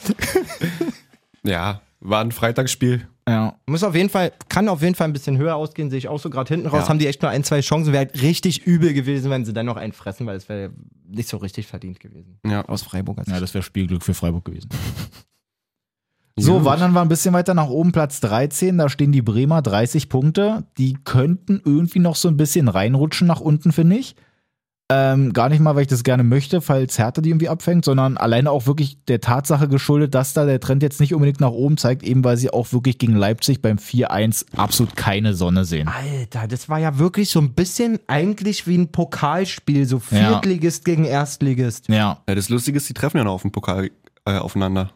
Ja, war ein Freitagsspiel. Ja. Muss auf jeden Fall, kann auf jeden Fall ein bisschen höher ausgehen, sehe ich auch so. Gerade hinten raus Ja. haben die echt nur ein, zwei Chancen. Wäre halt richtig übel gewesen, wenn sie dann noch einen fressen, weil es wäre nicht so richtig verdient gewesen. Ja. Aus Freiburg. ja, das wäre Spielglück für Freiburg gewesen. So, wandern wir ein bisschen weiter nach oben, Platz 13. Da stehen die Bremer 30 Punkte. Die könnten irgendwie noch so ein bisschen reinrutschen nach unten, finde ich. Ähm, gar nicht mal, weil ich das gerne möchte, falls Hertha die irgendwie abfängt, sondern alleine auch wirklich der Tatsache geschuldet, dass da der Trend jetzt nicht unbedingt nach oben zeigt, eben weil sie auch wirklich gegen Leipzig beim 4-1 absolut keine Sonne sehen. Alter, das war ja wirklich so ein bisschen eigentlich wie ein Pokalspiel, so Ja. Viertligist gegen Erstligist. Ja, Ja, das Lustige ist, die treffen ja noch auf dem Pokal äh, aufeinander.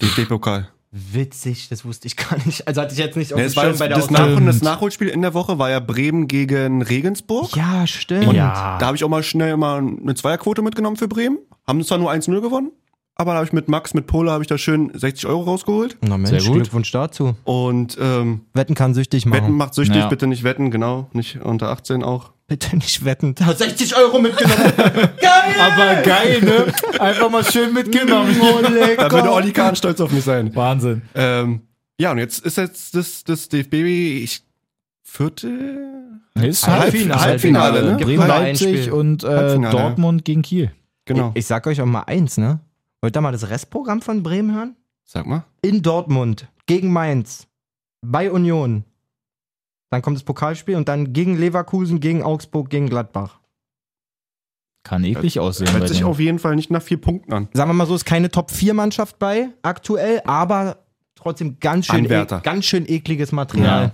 DFB-Pokal. Witzig, das wusste ich gar nicht. Also hatte ich jetzt nicht auf Ja, dem es war Schirm das, bei der das, Ausnahme. Nach und das Nachholspiel in der Woche war ja Bremen gegen Regensburg. Ja, stimmt. Und Ja. Da habe ich auch mal schnell mal eine Zweierquote mitgenommen für Bremen. Haben zwar nur 1-0 gewonnen, aber da habe ich mit Max, mit Pola, habe ich da schön 60 Euro rausgeholt. Na Mensch, Sehr gut. Glückwunsch dazu. Und ähm, Wetten kann süchtig machen. Wetten macht süchtig, Ja. bitte nicht wetten, genau. Nicht unter 18 auch. Bitte nicht wetten. Da hat 60 Euro mitgenommen. Aber geil, ne? Einfach mal schön mitgenommen. Da würde Olli Kahn stolz auf mich sein. Wahnsinn. Ähm, ja, und jetzt ist jetzt das, das DFB ich, Viertel? Ist Halbfinale, Halbfinale, ne? Bremen, Gibt nur ein Leipzig Spiel. und äh, Halbfinale. Dortmund gegen Kiel. Genau. Ich, ich sag euch auch mal eins, ne? Wollt ihr mal das Restprogramm von Bremen hören? Sag mal. In Dortmund, gegen Mainz, bei Union. Dann kommt das Pokalspiel und dann gegen Leverkusen, gegen Augsburg, gegen Gladbach. Kann eklig aussehen. bei Hört sich denen. auf jeden Fall nicht nach vier Punkten an. Sagen wir mal so, ist keine Top-4-Mannschaft bei aktuell, aber trotzdem ganz schön, e Anwärter. ganz schön ekliges Material. Ja.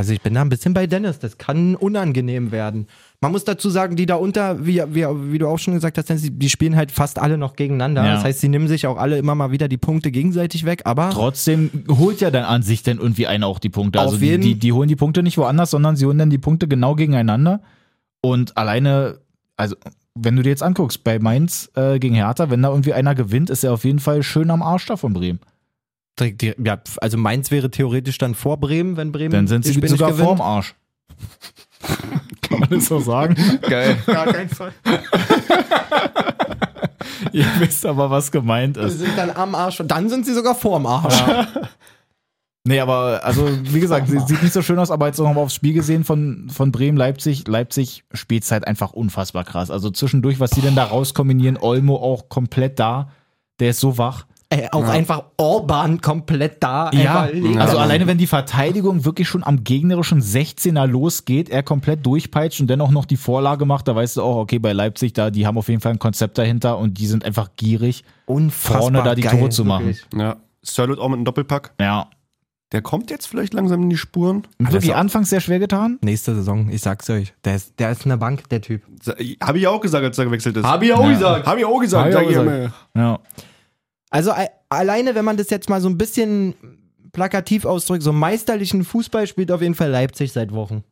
Also ich bin da ein bisschen bei Dennis, das kann unangenehm werden. Man muss dazu sagen, die da unter, wie, wie, wie du auch schon gesagt hast, Dennis, die, die spielen halt fast alle noch gegeneinander. Ja. Das heißt, sie nehmen sich auch alle immer mal wieder die Punkte gegenseitig weg, aber Trotzdem holt ja dann an sich dann irgendwie einer auch die Punkte. Auf Also die, jeden- die, die holen die Punkte nicht woanders, sondern sie holen dann die Punkte genau gegeneinander. Und alleine, also wenn du dir jetzt anguckst, bei Mainz äh, gegen Hertha, wenn da irgendwie einer gewinnt, ist er auf jeden Fall schön am Arsch da von Bremen. Direkt, direkt, ja, pf, also Mainz wäre theoretisch dann vor Bremen, wenn Bremen Dann sind sie das Spiel sogar nicht gewinnt. vorm Arsch. Kann man das so sagen? Geil. Gar kein Fall. Ihr wisst aber, was gemeint Sie ist. sind dann am Arsch. Dann sind sie sogar vorm Arsch. Nee, aber also wie gesagt, sie- sieht nicht so schön aus, aber jetzt nochmal aufs Spiel gesehen von, von Bremen, Leipzig. Leipzig spielt halt einfach unfassbar krass. Also zwischendurch, was die denn da rauskombinieren, Olmo auch komplett da. Der ist so wach. Ey, auch einfach Orban komplett da. einfach liegen. also Also alleine wenn die Verteidigung wirklich schon am gegnerischen 16er losgeht, er komplett durchpeitscht und dennoch noch die Vorlage macht, da weißt du auch, okay, bei Leipzig da, die haben auf jeden Fall ein Konzept dahinter und die sind einfach gierig. unfassbar vorne da die geil, Tore zu machen. wirklich. Ja. Sirlot auch mit einem Doppelpack. Ja. Der kommt jetzt vielleicht langsam in die Spuren. Also Wirklich anfangs sehr schwer getan. Nächste Saison, ich sag's euch, der ist, der ist eine Bank, der Typ. Habe ich auch gesagt, als er gewechselt ist. ich auch gesagt. Habe ich auch Hab gesagt. ich auch Sag ich gesagt. immer. Ja. Also a- alleine, wenn man das jetzt mal so ein bisschen plakativ ausdrückt, so meisterlichen Fußball spielt auf jeden Fall Leipzig seit Wochen.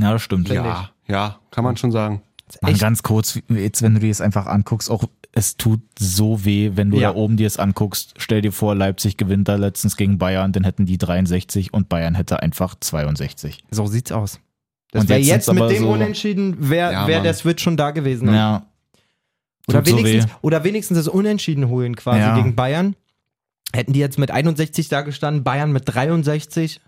Ja, das stimmt. Finde Ja, Ah, ja, kann man schon sagen. Ist Mann, echt- ganz kurz, jetzt wenn du dir das einfach anguckst, auch es tut so weh, wenn du Ja. da oben dir es anguckst. Stell dir vor, Leipzig gewinnt da letztens gegen Bayern, dann hätten die 63 und Bayern hätte einfach 62. so sieht's aus. Das Und wäre jetzt jetzt, sind's mit aber dem so- Unentschieden, wäre Ja, wär Mann. der Switch schon da gewesen. Ja. Oder Tut so wenigstens, weh. oder wenigstens das Unentschieden holen quasi Ja. gegen Bayern. Hätten die jetzt mit 61 da gestanden, Bayern mit 63.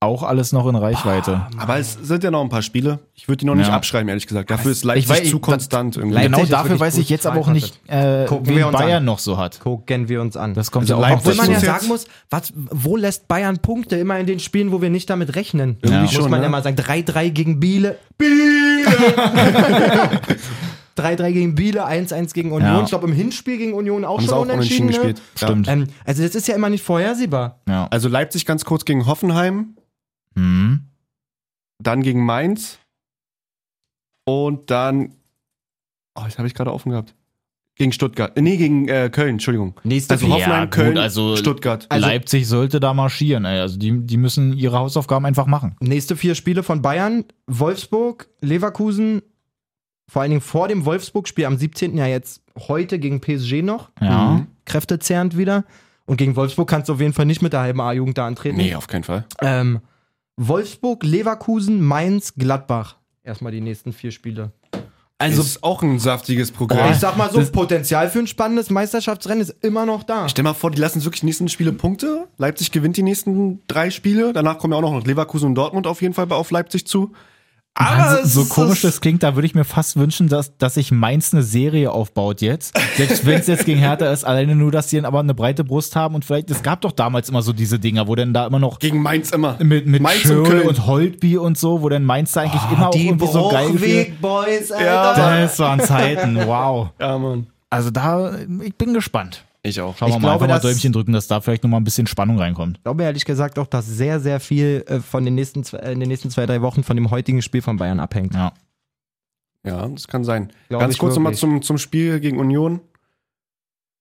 Auch alles noch in Reichweite. Aber es sind ja noch ein paar Spiele. Ich würde die noch nicht Ja. abschreiben, ehrlich gesagt. Dafür ist Leipzig weiß- zu das- konstant irgendwie. Leipzig genau ist dafür wirklich weiß ich gut jetzt aber auch nicht, äh, Gucken wen wir uns Bayern an. noch so hat. Gucken wir uns an. Das kommt Also ja auch noch Obwohl Leipzig man ja muss dazu. jetzt- sagen muss, was, wo lässt Bayern Punkte? Immer in den Spielen, wo wir nicht damit rechnen. Irgendwie muss schon, man ne? ja mal sagen. 3-3 gegen Biele. Biele! 3-3 gegen Biele, 1-1 gegen Union. Ja. Ich glaube, im Hinspiel gegen Union auch Haben sie schon auch unentschieden. unentschieden ne? gespielt. Stimmt. Ähm, also das ist ja immer nicht vorhersehbar. Ja. Also Leipzig ganz kurz gegen Hoffenheim, Hm. dann gegen Mainz und dann. Oh, das habe ich gerade offen gehabt. Gegen Stuttgart. Nee, gegen äh, Köln, Entschuldigung. Nächste also Woche. Hoffenheim, gut, Köln, also Stuttgart. Leipzig sollte da marschieren, ey. Also die, die müssen ihre Hausaufgaben einfach machen. Nächste vier Spiele von Bayern, Wolfsburg, Leverkusen, vor allen Dingen vor dem Wolfsburg-Spiel am 17. ja jetzt heute gegen PSG noch, Ja. kräftezehrend wieder. Und gegen Wolfsburg kannst du auf jeden Fall nicht mit der halben A-Jugend da antreten. nee, auf keinen Fall. Ähm, Wolfsburg, Leverkusen, Mainz, Gladbach. Erstmal die nächsten vier Spiele. Also ist auch ein saftiges Programm. Ich sag mal so, Potenzial für ein spannendes Meisterschaftsrennen ist immer noch da. Stell mal vor, die lassen wirklich die nächsten Spiele Punkte. Leipzig gewinnt die nächsten drei Spiele. Danach kommen ja auch noch Leverkusen und Dortmund auf jeden Fall bei auf Leipzig zu. Wahnsinn, es so ist- komisch das klingt, da würde ich mir fast wünschen, dass, dass sich Mainz eine Serie aufbaut jetzt. Selbst wenn es jetzt gegen Hertha ist, alleine nur, dass sie dann aber eine breite Brust haben und vielleicht, es gab doch damals immer so diese Dinger, wo dann da immer noch Gegen Mainz immer. mit, mit Mainz Schirl und und, Köln. Ah, Holtby und so, wo dann Mainz da eigentlich immer auch irgendwie so geil gespielt- Boys, Alter. Das waren Zeiten, wow. Ja, Mann. Also da, ich bin gespannt. Ich auch. Schauen wir Ich mal, glaube, einfach mal dass- Däumchen drücken, dass da vielleicht nochmal ein bisschen Spannung reinkommt. Ich glaube ehrlich gesagt auch, dass sehr, sehr viel äh, von den nächsten, zwei- äh, in den nächsten zwei, drei Wochen von dem heutigen Spiel von Bayern abhängt. Ja. Ja, das kann sein. Glaub Ganz ich kurz nochmal wirklich. zum, zum Spiel gegen Union.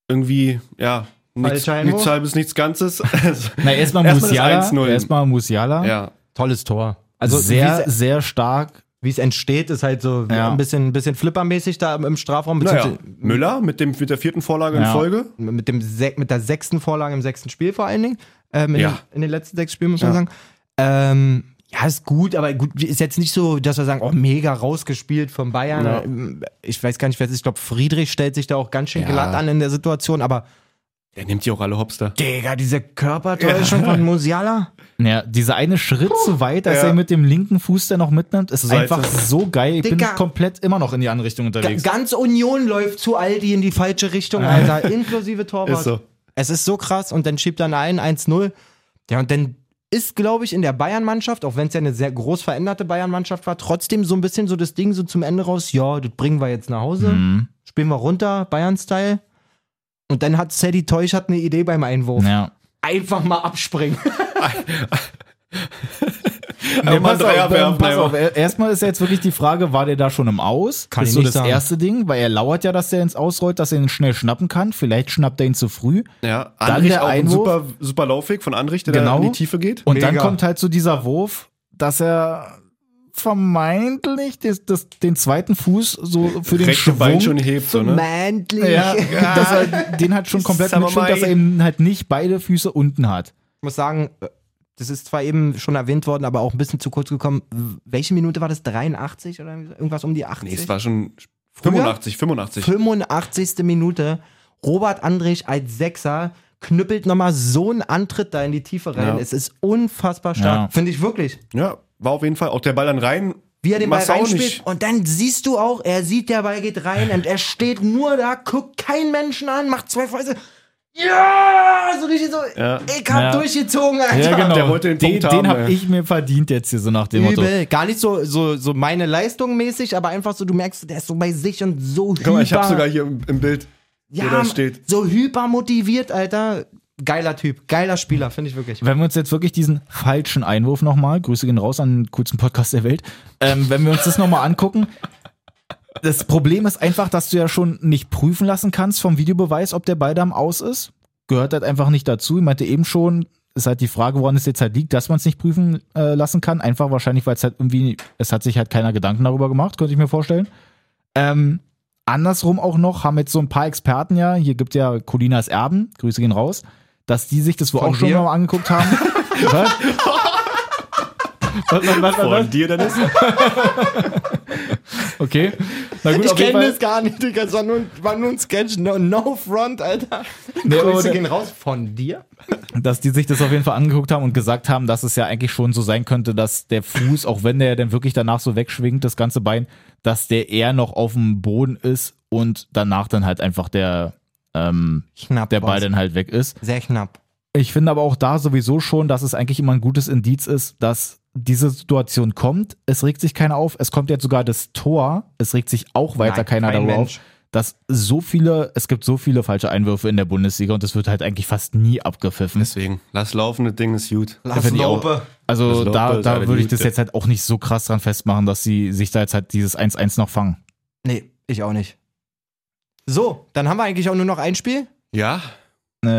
Irgendwie, ja, nichts, Falscher Einwurf? nichts halbes, nichts Ganzes. Na, erstmal Erstmal das Musiala. 1-0. Erstmal Musiala. ja, Tolles Tor. Also Also sehr, wie es- sehr stark. wie es entsteht, ist halt so Ja. ein bisschen, ein bisschen flippermäßig da im- im Strafraum. naja. beziehungsweise Müller mit, dem, mit der vierten Vorlage in Ja. Folge. mit, dem sech- mit der sechsten Vorlage im sechsten Spiel vor allen Dingen. Ähm, in, Ja. den, in den letzten sechs Spielen, muss Ja. man sagen. Ähm, ja, ist gut, aber gut, ist jetzt nicht so, dass wir sagen, oh, mega rausgespielt von Bayern. Ja. Ähm, Ich weiß gar nicht, wer es ist. Ich glaube, Friedrich stellt sich da auch ganz schön Ja. glatt an in der Situation, aber Der nimmt die auch alle Hopster. Digga, diese Körpertäuschung von Musiala. Ja, dieser eine Schritt zu weit, dass Ja. er mit dem linken Fuß dann noch mitnimmt, ist Seite. einfach so geil. Ich Dicker. bin komplett immer noch in die andere Richtung Ga- unterwegs. Ganz Union läuft zu Aldi in die falsche Richtung, Alter. Inklusive Torwart. Ist so. Es ist so krass. Und dann schiebt er einen 1-0. Ja, und dann ist, glaube ich, in der Bayern-Mannschaft, auch wenn es ja eine sehr groß veränderte Bayern-Mannschaft war, trotzdem so ein bisschen so das Ding so zum Ende raus, ja, das bringen wir jetzt nach Hause, Mhm. spielen wir runter, Bayern-Style. Und dann hat Sadie Teusch hat eine Idee beim Einwurf. Ja. Einfach mal abspringen. Einmal pass einen Dreier auf, werfen, pass einmal. auf. Er- Erstmal ist ja jetzt wirklich die Frage, war der da schon im Aus? Kann ist ich so nicht das sagen. erste Ding, weil er lauert ja, dass der ins Ausrollt, dass er ihn schnell schnappen kann. Vielleicht schnappt er ihn zu früh. Ja, Dann Anrich der auch ein Einwurf. super, super Laufweg von Anrich, der da Genau. in die Tiefe geht. Und dann Mega. kommt halt so dieser Wurf, dass er vermeintlich das, das, den zweiten Fuß so für den rechte Schwung Bein schon hebt. So, ne? Mändlich. Ja, dass er den halt schon komplett Summer mitschwimmt, Mai. dass er eben halt nicht beide Füße unten hat. Ich muss sagen, das ist zwar eben schon erwähnt worden, aber auch ein bisschen zu kurz gekommen. Welche Minute war das? 83 oder irgendwas um die 80? Nee, es war schon Früher? 85, 85. 85. Minute. Robert Andrich als Sechser knüppelt nochmal so einen Antritt da in die Tiefe rein. Ja. Es ist unfassbar stark. Ja. Finde ich wirklich. Ja, war auf jeden Fall auch der Ball dann rein. Wie er den Ball Machst du auch reinspielt. nicht. Und dann siehst du auch, er sieht, der Ball geht rein und er steht nur da, guckt keinen Menschen an, macht zwei Fäuste. Ja! So richtig so. Ja. genau. Ich hab Ja. genau. durchgezogen, Alter. Der wollte den Den, Punkt haben, den ey. habe ich mir verdient jetzt hier so nach dem Motto. Übel. Gar nicht so, so, so meine Leistung mäßig, aber einfach so, du merkst, der ist so bei sich und so Guck hyper. mal, ich habe sogar hier im, im Bild, ja, wo da steht. so hyper motiviert, Alter. Geiler Typ, geiler Spieler, finde ich wirklich. Wenn wir uns jetzt wirklich diesen falschen Einwurf nochmal, Grüße gehen raus an den coolsten Podcast der Welt, ähm, wenn wir uns das nochmal angucken, das Problem ist einfach, dass du ja schon nicht prüfen lassen kannst vom Videobeweis, ob der Ball da am Aus ist. Gehört halt einfach nicht dazu. Ich meinte eben schon, ist halt die Frage, woran es jetzt halt liegt, dass man es nicht prüfen äh, lassen kann. Einfach wahrscheinlich, weil es halt irgendwie, es hat sich halt keiner Gedanken darüber gemacht, könnte ich mir vorstellen. Ähm, andersrum auch noch, haben jetzt so ein paar Experten ja, hier gibt ja Colinas Erben, Grüße gehen raus, dass die sich das wohl Von auch schon dir? mal angeguckt haben. was? Was, was, was, was, was? Von dir, Dennis? Okay. Na gut, Ich auf jeden kenne Fall- das gar nicht, Digga. Das war nur, war nur ein Sketch. No, no front, Alter. Nee, aber Grüße der- gehen raus von dir. dass die sich das auf jeden Fall angeguckt haben und gesagt haben, dass es ja eigentlich schon so sein könnte, dass der Fuß, auch wenn der dann wirklich danach so wegschwingt, das ganze Bein, dass der eher noch auf dem Boden ist und danach dann halt einfach der, ähm, Knapp. der Ball war's. dann halt weg ist. Sehr knapp. Ich finde aber auch da sowieso schon, dass es eigentlich immer ein gutes Indiz ist, dass diese Situation kommt, es regt sich keiner auf, es kommt jetzt sogar das Tor, es regt sich auch weiter Nein, keiner kein darüber Mensch. auf, dass so viele, es gibt so viele falsche Einwürfe in der Bundesliga und es wird halt eigentlich fast nie abgepfiffen. Deswegen, lass laufen, das Ding ist gut. Lass Finde ich auch- Laupe. Also Das Lob da, ist da eine würde ich das Minute. jetzt halt auch nicht so krass dran festmachen, dass sie sich da jetzt halt dieses 1-1 noch fangen. Nee, ich auch nicht. So, dann haben wir eigentlich auch nur noch ein Spiel. Ja, Äh,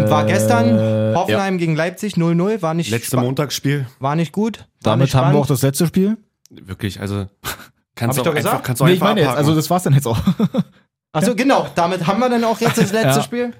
Ähm, war gestern Hoffenheim gegen Leipzig 0-0, war nicht, letzte spa- Montagsspiel. war nicht gut. War Damit nicht haben wir auch spannend. das letzte Spiel. Wirklich, also kannst Hab ich doch du auch einfach, gesagt? kannst du nee, ich einfach meine jetzt, abhaken. also das war's dann jetzt auch. Achso, genau, damit haben wir dann auch jetzt das letzte Ja. Hm. Spiel.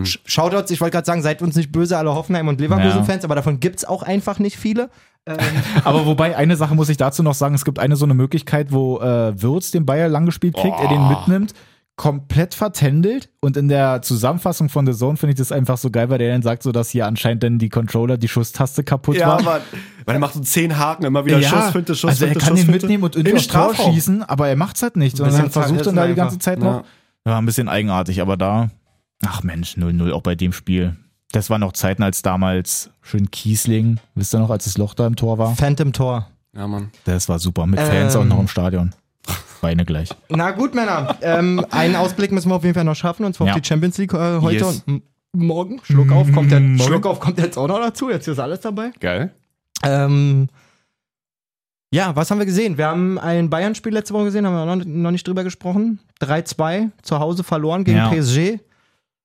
Sch- Shoutouts, ich wollte gerade sagen, seid uns nicht böse, alle Hoffenheim- und Leverkusen-Fans, aber davon gibt's auch einfach nicht viele. Ähm, Aber wobei, eine Sache muss ich dazu noch sagen: Es gibt eine so eine Möglichkeit, wo äh, Würz den Bayer lang gespielt kriegt, er den mitnimmt, komplett vertändelt. Und in der Zusammenfassung von The Zone finde ich das einfach so geil, weil der dann sagt, so dass hier anscheinend dann die Controller, die Schusstaste kaputt ja, war. aber weil er macht so zehn Haken immer wieder Schuss, Finte, Schuss, also er Finte, kann Schuss, den Finte. mitnehmen und Im irgendwie aufs Tor Strafraum. schießen, aber er macht's halt nicht, sondern bisschen er versucht dann zerrissen da die ganze einfach. Zeit noch. Ja, ein bisschen eigenartig, aber da, ach Mensch, 0-0 auch bei dem Spiel. Das waren noch Zeiten, als damals schön Kiesling, wisst ihr noch, als das Loch da im Tor war? Phantom Tor. Ja, Mann. Das war super, mit Fans Ähm. auch noch im Stadion. Beine gleich. Na gut, Männer. ähm, einen Ausblick müssen wir auf jeden Fall noch schaffen, und zwar Ja. auf die Champions League äh, heute Yes. und m- morgen. Schluck auf, kommt Mm, der, morgen. Schluck auf kommt jetzt auch noch dazu. Jetzt ist alles dabei. Geil. Ähm, ja, was haben wir gesehen? Wir haben ein Bayern-Spiel letzte Woche gesehen, haben wir noch, noch nicht drüber gesprochen. 3-2 zu Hause verloren gegen Ja. PSG.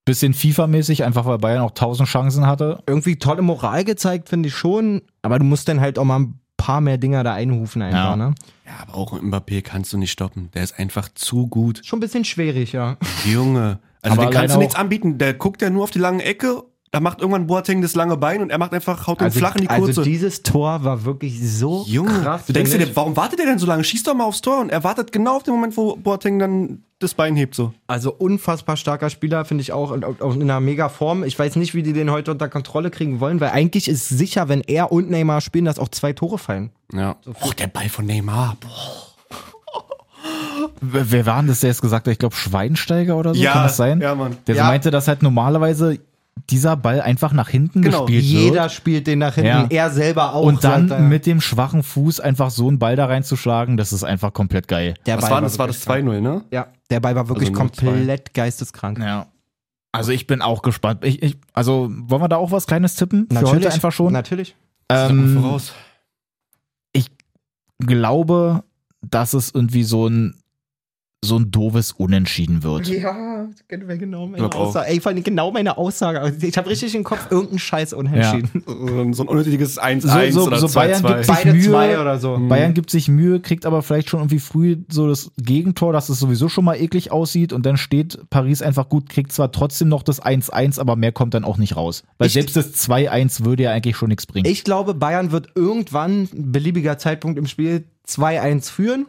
Bisschen FIFA-mäßig, einfach weil Bayern auch tausend Chancen hatte. Irgendwie tolle Moral gezeigt, finde ich schon. Aber du musst dann halt auch mal ein paar mehr Dinger da einrufen einfach, Ja. ne? Ja, aber auch Mbappé kannst du nicht stoppen. Der ist einfach zu gut. Schon ein bisschen schwierig, ja. Junge. Also Aber den kannst alleine du nichts auch- anbieten. Der guckt ja nur auf die lange Ecke, da macht irgendwann Boateng das lange Bein und er macht einfach, haut den flach in die kurze. also dieses Tor war wirklich so Junge, krass. du denkst dir, finde ich. der- warum wartet der denn so lange? Schieß doch mal aufs Tor und er wartet genau auf den Moment, wo Boateng dann das Bein hebt so. Also unfassbar starker Spieler, finde ich auch, und auch auch in einer mega Form. Ich weiß nicht, wie die den heute unter Kontrolle kriegen wollen, weil eigentlich ist sicher, wenn er und Neymar spielen, dass auch zwei Tore fallen. Ja. Och, der Ball von Neymar. Boah. Wer wer war denn das, der jetzt gesagt hat? Ich glaube, Schweinsteiger oder so, kann das sein? Ja, Mann. Der Ja. so meinte, dass halt normalerweise dieser Ball einfach nach hinten Genau, gespielt wird. Jeder spielt den nach hinten, er selber auch. Und dann sagt er. mit dem schwachen Fuß einfach so einen Ball da reinzuschlagen, das ist einfach komplett geil. der Was Ball war das? War wirklich das 2-0, ne? krank. Ja, der Ball war wirklich Also nur zwei. komplett geisteskrank. Ja. Also ich bin auch gespannt. Ich, ich, also wollen wir da auch was Kleines tippen? Für heute einfach schon. Natürlich. Ähm, Voraus. glaube, dass es irgendwie so ein so ein doofes Unentschieden wird. Ja, das kennen wir genau meine Glaub auch. Aussage. Ey, vor allem genau meine Aussage. Also Ich habe richtig im Kopf irgendeinen Scheiß unentschieden. So ein so ein unnötiges 1-1 So- so- oder so 2-2. Bayern gibt's- Beide Mühe. zwei oder so. Bayern gibt sich Mühe, kriegt aber vielleicht schon irgendwie früh so das Gegentor, dass es sowieso schon mal eklig aussieht und dann steht Paris einfach gut, kriegt zwar trotzdem noch das 1-1, aber mehr kommt dann auch nicht raus. Weil Ich- selbst das 2-1 würde ja eigentlich schon nichts bringen. Ich glaube, Bayern wird irgendwann, beliebiger Zeitpunkt im Spiel, 2-1 führen,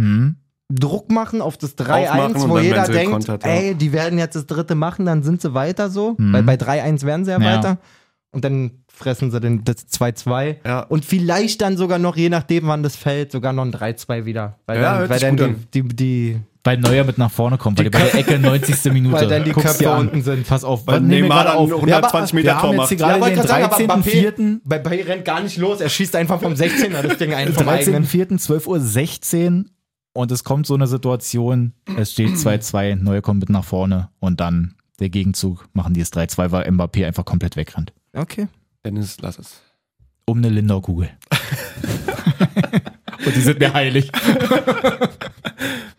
hm? Druck machen auf das Aufmachen 3-1, und wo dann jeder werden sie denkt, gekontert, ja. ey, die werden jetzt das dritte machen, dann sind sie weiter so, Mhm. weil bei 3-1 werden sie ja, Ja. weiter. Und dann fressen sie den, das 2-2. Ja. Und vielleicht dann sogar noch, je nachdem, wann das fällt, sogar noch ein 3-2 wieder. Weil Ja, dann, hört weil sich dann gut die, die, die, Weil Neuer mit nach vorne kommt, weil die bei der Ecke 90. Minute. weil dann die Guck's dir Köpfe an. unten sind. Pass auf, Weil wann nehmen wir Neymar gerade dann auf? 120 Ja, Meter aber Tor wir haben macht. jetzt hier Ja, gerade wollte den gerade sagen, aber Mbappé, 13.04. bei Bay rennt gar nicht los, er schießt einfach vom 16er das Ding ein, vom eigenen. 13.04. 12.16 Uhr und es kommt so eine Situation, es steht 2-2, Neuer kommt mit nach vorne und dann der Gegenzug machen die es 3-2, weil Mbappé einfach komplett wegrennt. Okay. Dennis, lass es. Um eine Lindor-Kugel. und die sind mir heilig.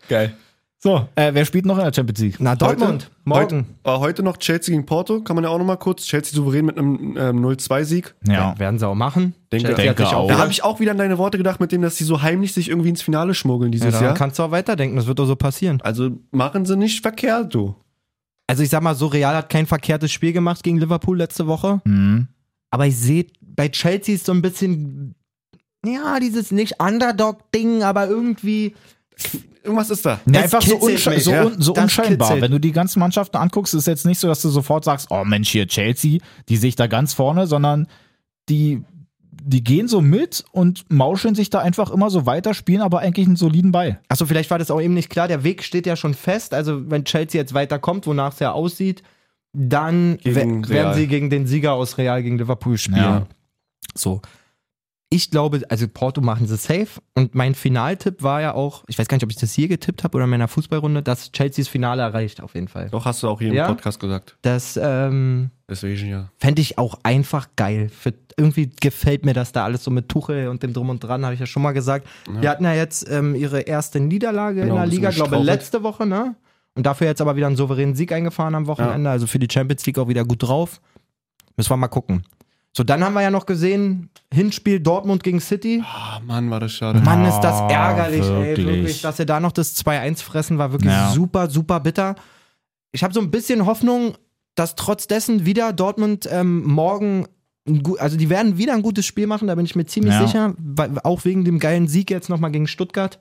Geil. So, äh, wer spielt noch in der Champions League? Na, Dortmund, morgen. Heute, äh, heute noch Chelsea gegen Porto, kann man ja auch nochmal kurz. Chelsea souverän mit einem ähm, 0-2-Sieg. Ja. Werden sie auch machen. Denke- Chelsea hat denke sich auch. Da Oder? habe ich auch wieder an deine Worte gedacht, mit dem, dass sie so heimlich sich irgendwie ins Finale schmuggeln Ja, dieses dann Jahr. kannst du auch weiterdenken, das wird doch so passieren. Also machen sie nicht verkehrt, du. Also ich sag mal, so Real hat kein verkehrtes Spiel gemacht gegen Liverpool letzte Woche. Mhm. Aber ich sehe, bei Chelsea ist so ein bisschen, ja, dieses nicht Underdog-Ding, aber irgendwie. Irgendwas ist da. Nee, Das einfach so, kitzelt unsche mich, so, ja. un so Das unscheinbar. kitzelt. Wenn du die ganzen Mannschaften anguckst, ist jetzt nicht so, dass du sofort sagst, oh Mensch, hier Chelsea, die sehe ich da ganz vorne, sondern die, die gehen so mit und mauscheln sich da einfach immer so weiter, spielen aber eigentlich einen soliden Ball. Achso, vielleicht war das auch eben nicht klar. Der Weg steht ja schon fest. Also, wenn Chelsea jetzt weiterkommt, wonach es ja aussieht, dann Gegen we- Real. werden sie gegen den Sieger aus Real gegen Liverpool spielen. Ja. So. ich glaube, also Porto machen sie safe. Und mein Finaltipp war ja auch, ich weiß gar nicht, ob ich das hier getippt habe oder in meiner Fußballrunde, dass Chelsea das Finale erreicht, auf jeden Fall. Doch, hast du auch hier im Ja? Podcast gesagt. Das ähm, Deswegen ja. fände ich auch einfach geil. Für, irgendwie gefällt mir das da alles so mit Tuchel und dem Drum und Dran, habe ich ja schon mal gesagt. Die hatten ja jetzt ähm, ihre erste Niederlage in Genau, der ein bisschen Liga, glaube gestrauchelt. letzte Woche, ne? Und dafür jetzt aber wieder einen souveränen Sieg eingefahren am Wochenende. Also für die Champions League auch wieder gut drauf. Müssen wir mal gucken. So, dann haben wir ja noch gesehen, Hinspiel Dortmund gegen City. Ah, Mann, war das schade. Mann, ist das Ah, ärgerlich, ey. wirklich. Wirklich, dass er da noch das 2-1 fressen war, wirklich Ja. super, super bitter. Ich habe so ein bisschen Hoffnung, dass trotz dessen wieder Dortmund ähm, morgen, ein gu- also die werden wieder ein gutes Spiel machen, da bin ich mir ziemlich Ja. sicher. weil- Auch wegen dem geilen Sieg jetzt nochmal gegen Stuttgart,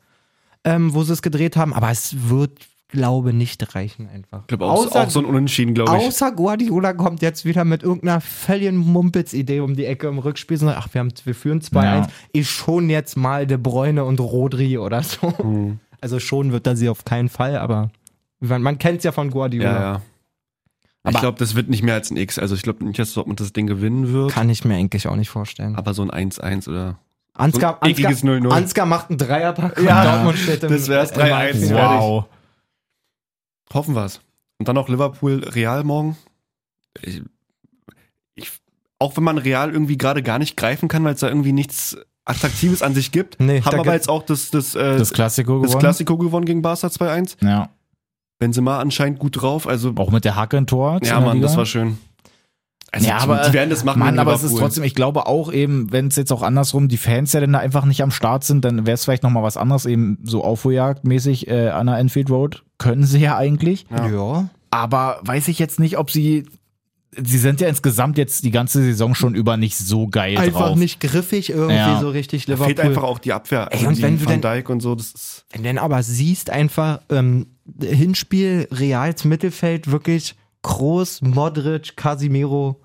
ähm, wo sie es gedreht haben. Aber es wird, glaube nicht reichen einfach. Ich glaube, auch, außer, auch so ein Unentschieden, glaube ich. außer Guardiola kommt jetzt wieder mit irgendeiner völligen Mumpitz-Idee um die Ecke im Rückspiel. und sagt, Ach, wir, haben, wir führen 2-1. Ja. Ich schon jetzt mal De Bruyne und Rodri oder so. Hm. Also schon wird er sie auf keinen Fall, aber man, man kennt es ja von Guardiola. Ja, ja. Aber- ich glaube, das wird nicht mehr als ein X. Also ich glaube nicht, dass Dortmund das Ding gewinnen wird. Kann ich mir eigentlich auch nicht vorstellen. Aber so ein 1-1 oder. Ansgar, so ein ekliges 0-0. Ansgar, Ansgar macht einen Dreierpack Ja, und Dortmund steht im das wär's, im 3-1. Halbfinale. Wow. Hoffen wir's. Und dann noch Liverpool Real morgen. Ich, ich, auch wenn man Real irgendwie gerade gar nicht greifen kann, weil es da irgendwie nichts Attraktives an sich gibt, Nee, da haben aber gibt's- jetzt auch das, das, äh, Das das, Klassiko gewonnen. Klassiko gewonnen gegen Barca 2-1. ja. Benzema anscheinend gut drauf. Also, Auch mit der Hacke ein Tor. ja, Mann, das war schön. Also, Ja, die- aber- die werden das machen. Mann, gegen aber es ist Liverpool. trotzdem, ich glaube auch eben, wenn es jetzt auch andersrum die Fans ja dann da einfach nicht am Start sind, dann wäre es vielleicht nochmal was anderes, eben so Aufholjagd-mäßig äh, an der Enfield Road. Können sie ja eigentlich. Ja. Aber weiß ich jetzt nicht, ob sie. Sie sind ja insgesamt jetzt die ganze Saison schon über nicht so geil Einfach drauf. nicht griffig irgendwie Ja. so richtig Da Liverpool. fehlt einfach auch die Abwehr. Ey, und die wenn du Van denn- Dijk und so, das ist. Wenn du denn aber siehst, einfach ähm, Hinspiel, Reals Mittelfeld, wirklich groß, Modric, Casimiro,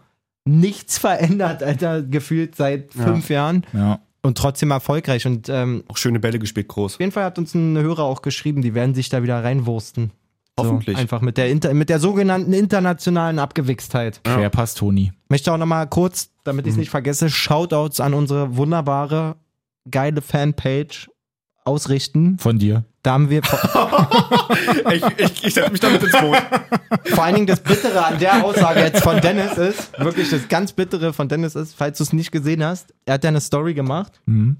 nichts verändert, Alter, gefühlt seit fünf Jahren Ja. und trotzdem erfolgreich. Und ähm, Auch schöne Bälle gespielt, groß. auf jeden Fall hat uns ein Hörer auch geschrieben, die werden sich da wieder reinwursten. Hoffentlich. So, einfach mit der, Inter mit der sogenannten internationalen Abgewichstheit. Querpass Toni. Möchte auch nochmal kurz, damit ich es nicht vergesse, Shoutouts an unsere wunderbare, geile Fanpage ausrichten. Von dir. Da haben wir vor- ich ich, ich setze mich damit ins Boot. Vor allen Dingen das Bittere an der Aussage jetzt von Dennis ist, wirklich das ganz Bittere von Dennis ist, falls du es nicht gesehen hast, er hat ja eine Story gemacht, Mhm.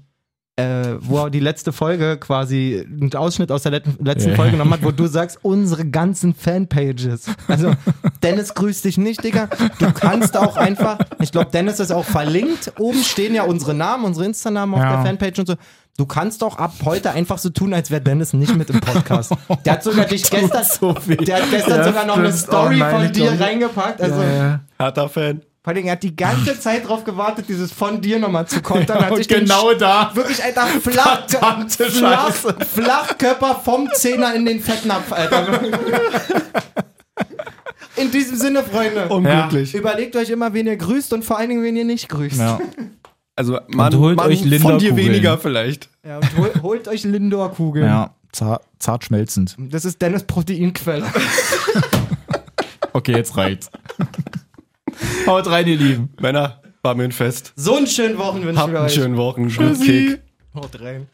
äh, wo er die letzte Folge quasi, einen Ausschnitt aus der let- letzten Ja. Folge genommen hat, wo du sagst, unsere ganzen Fanpages. Also, Dennis grüßt dich nicht, Digga. Du kannst auch einfach, ich glaube, Dennis ist auch verlinkt. Oben stehen ja unsere Namen, unsere Insta-Namen auf Ja. der Fanpage und so. Du kannst doch ab heute einfach so tun, als wäre Dennis nicht mit im Podcast. Der hat sogar dich gestern, der hat gestern Ja, sogar noch eine stimmt. Oh Story nein, von ich dir glaub- reingepackt. Also, Harter Fan. vor allen Dingen, er hat die ganze Zeit drauf gewartet, dieses von dir nochmal zu kontern. hat sich den Genau da. Wirklich, Alter, flach, genau. Verdammte flach, Scheiße. Flachkörper vom Zehner in den Fettnapf, Alter. In diesem Sinne, Freunde. Um- Unglücklich. Überlegt euch immer, wen ihr grüßt und vor allen Dingen, wen ihr nicht grüßt. Ja. Also, Mann, holt Mann euch von dir Linderkugeln. weniger vielleicht. Ja, und hol, holt euch Lindor-Kugeln. ja. Zart, zart schmelzend. Das ist Dennis Proteinquelle. Okay, jetzt reicht's. Haut rein, ihr Lieben. Männer, war mir ein Fest. So einen schönen Wochenwünsch Habt für einen euch. schönen Wochen. Guten Kick. Haut rein.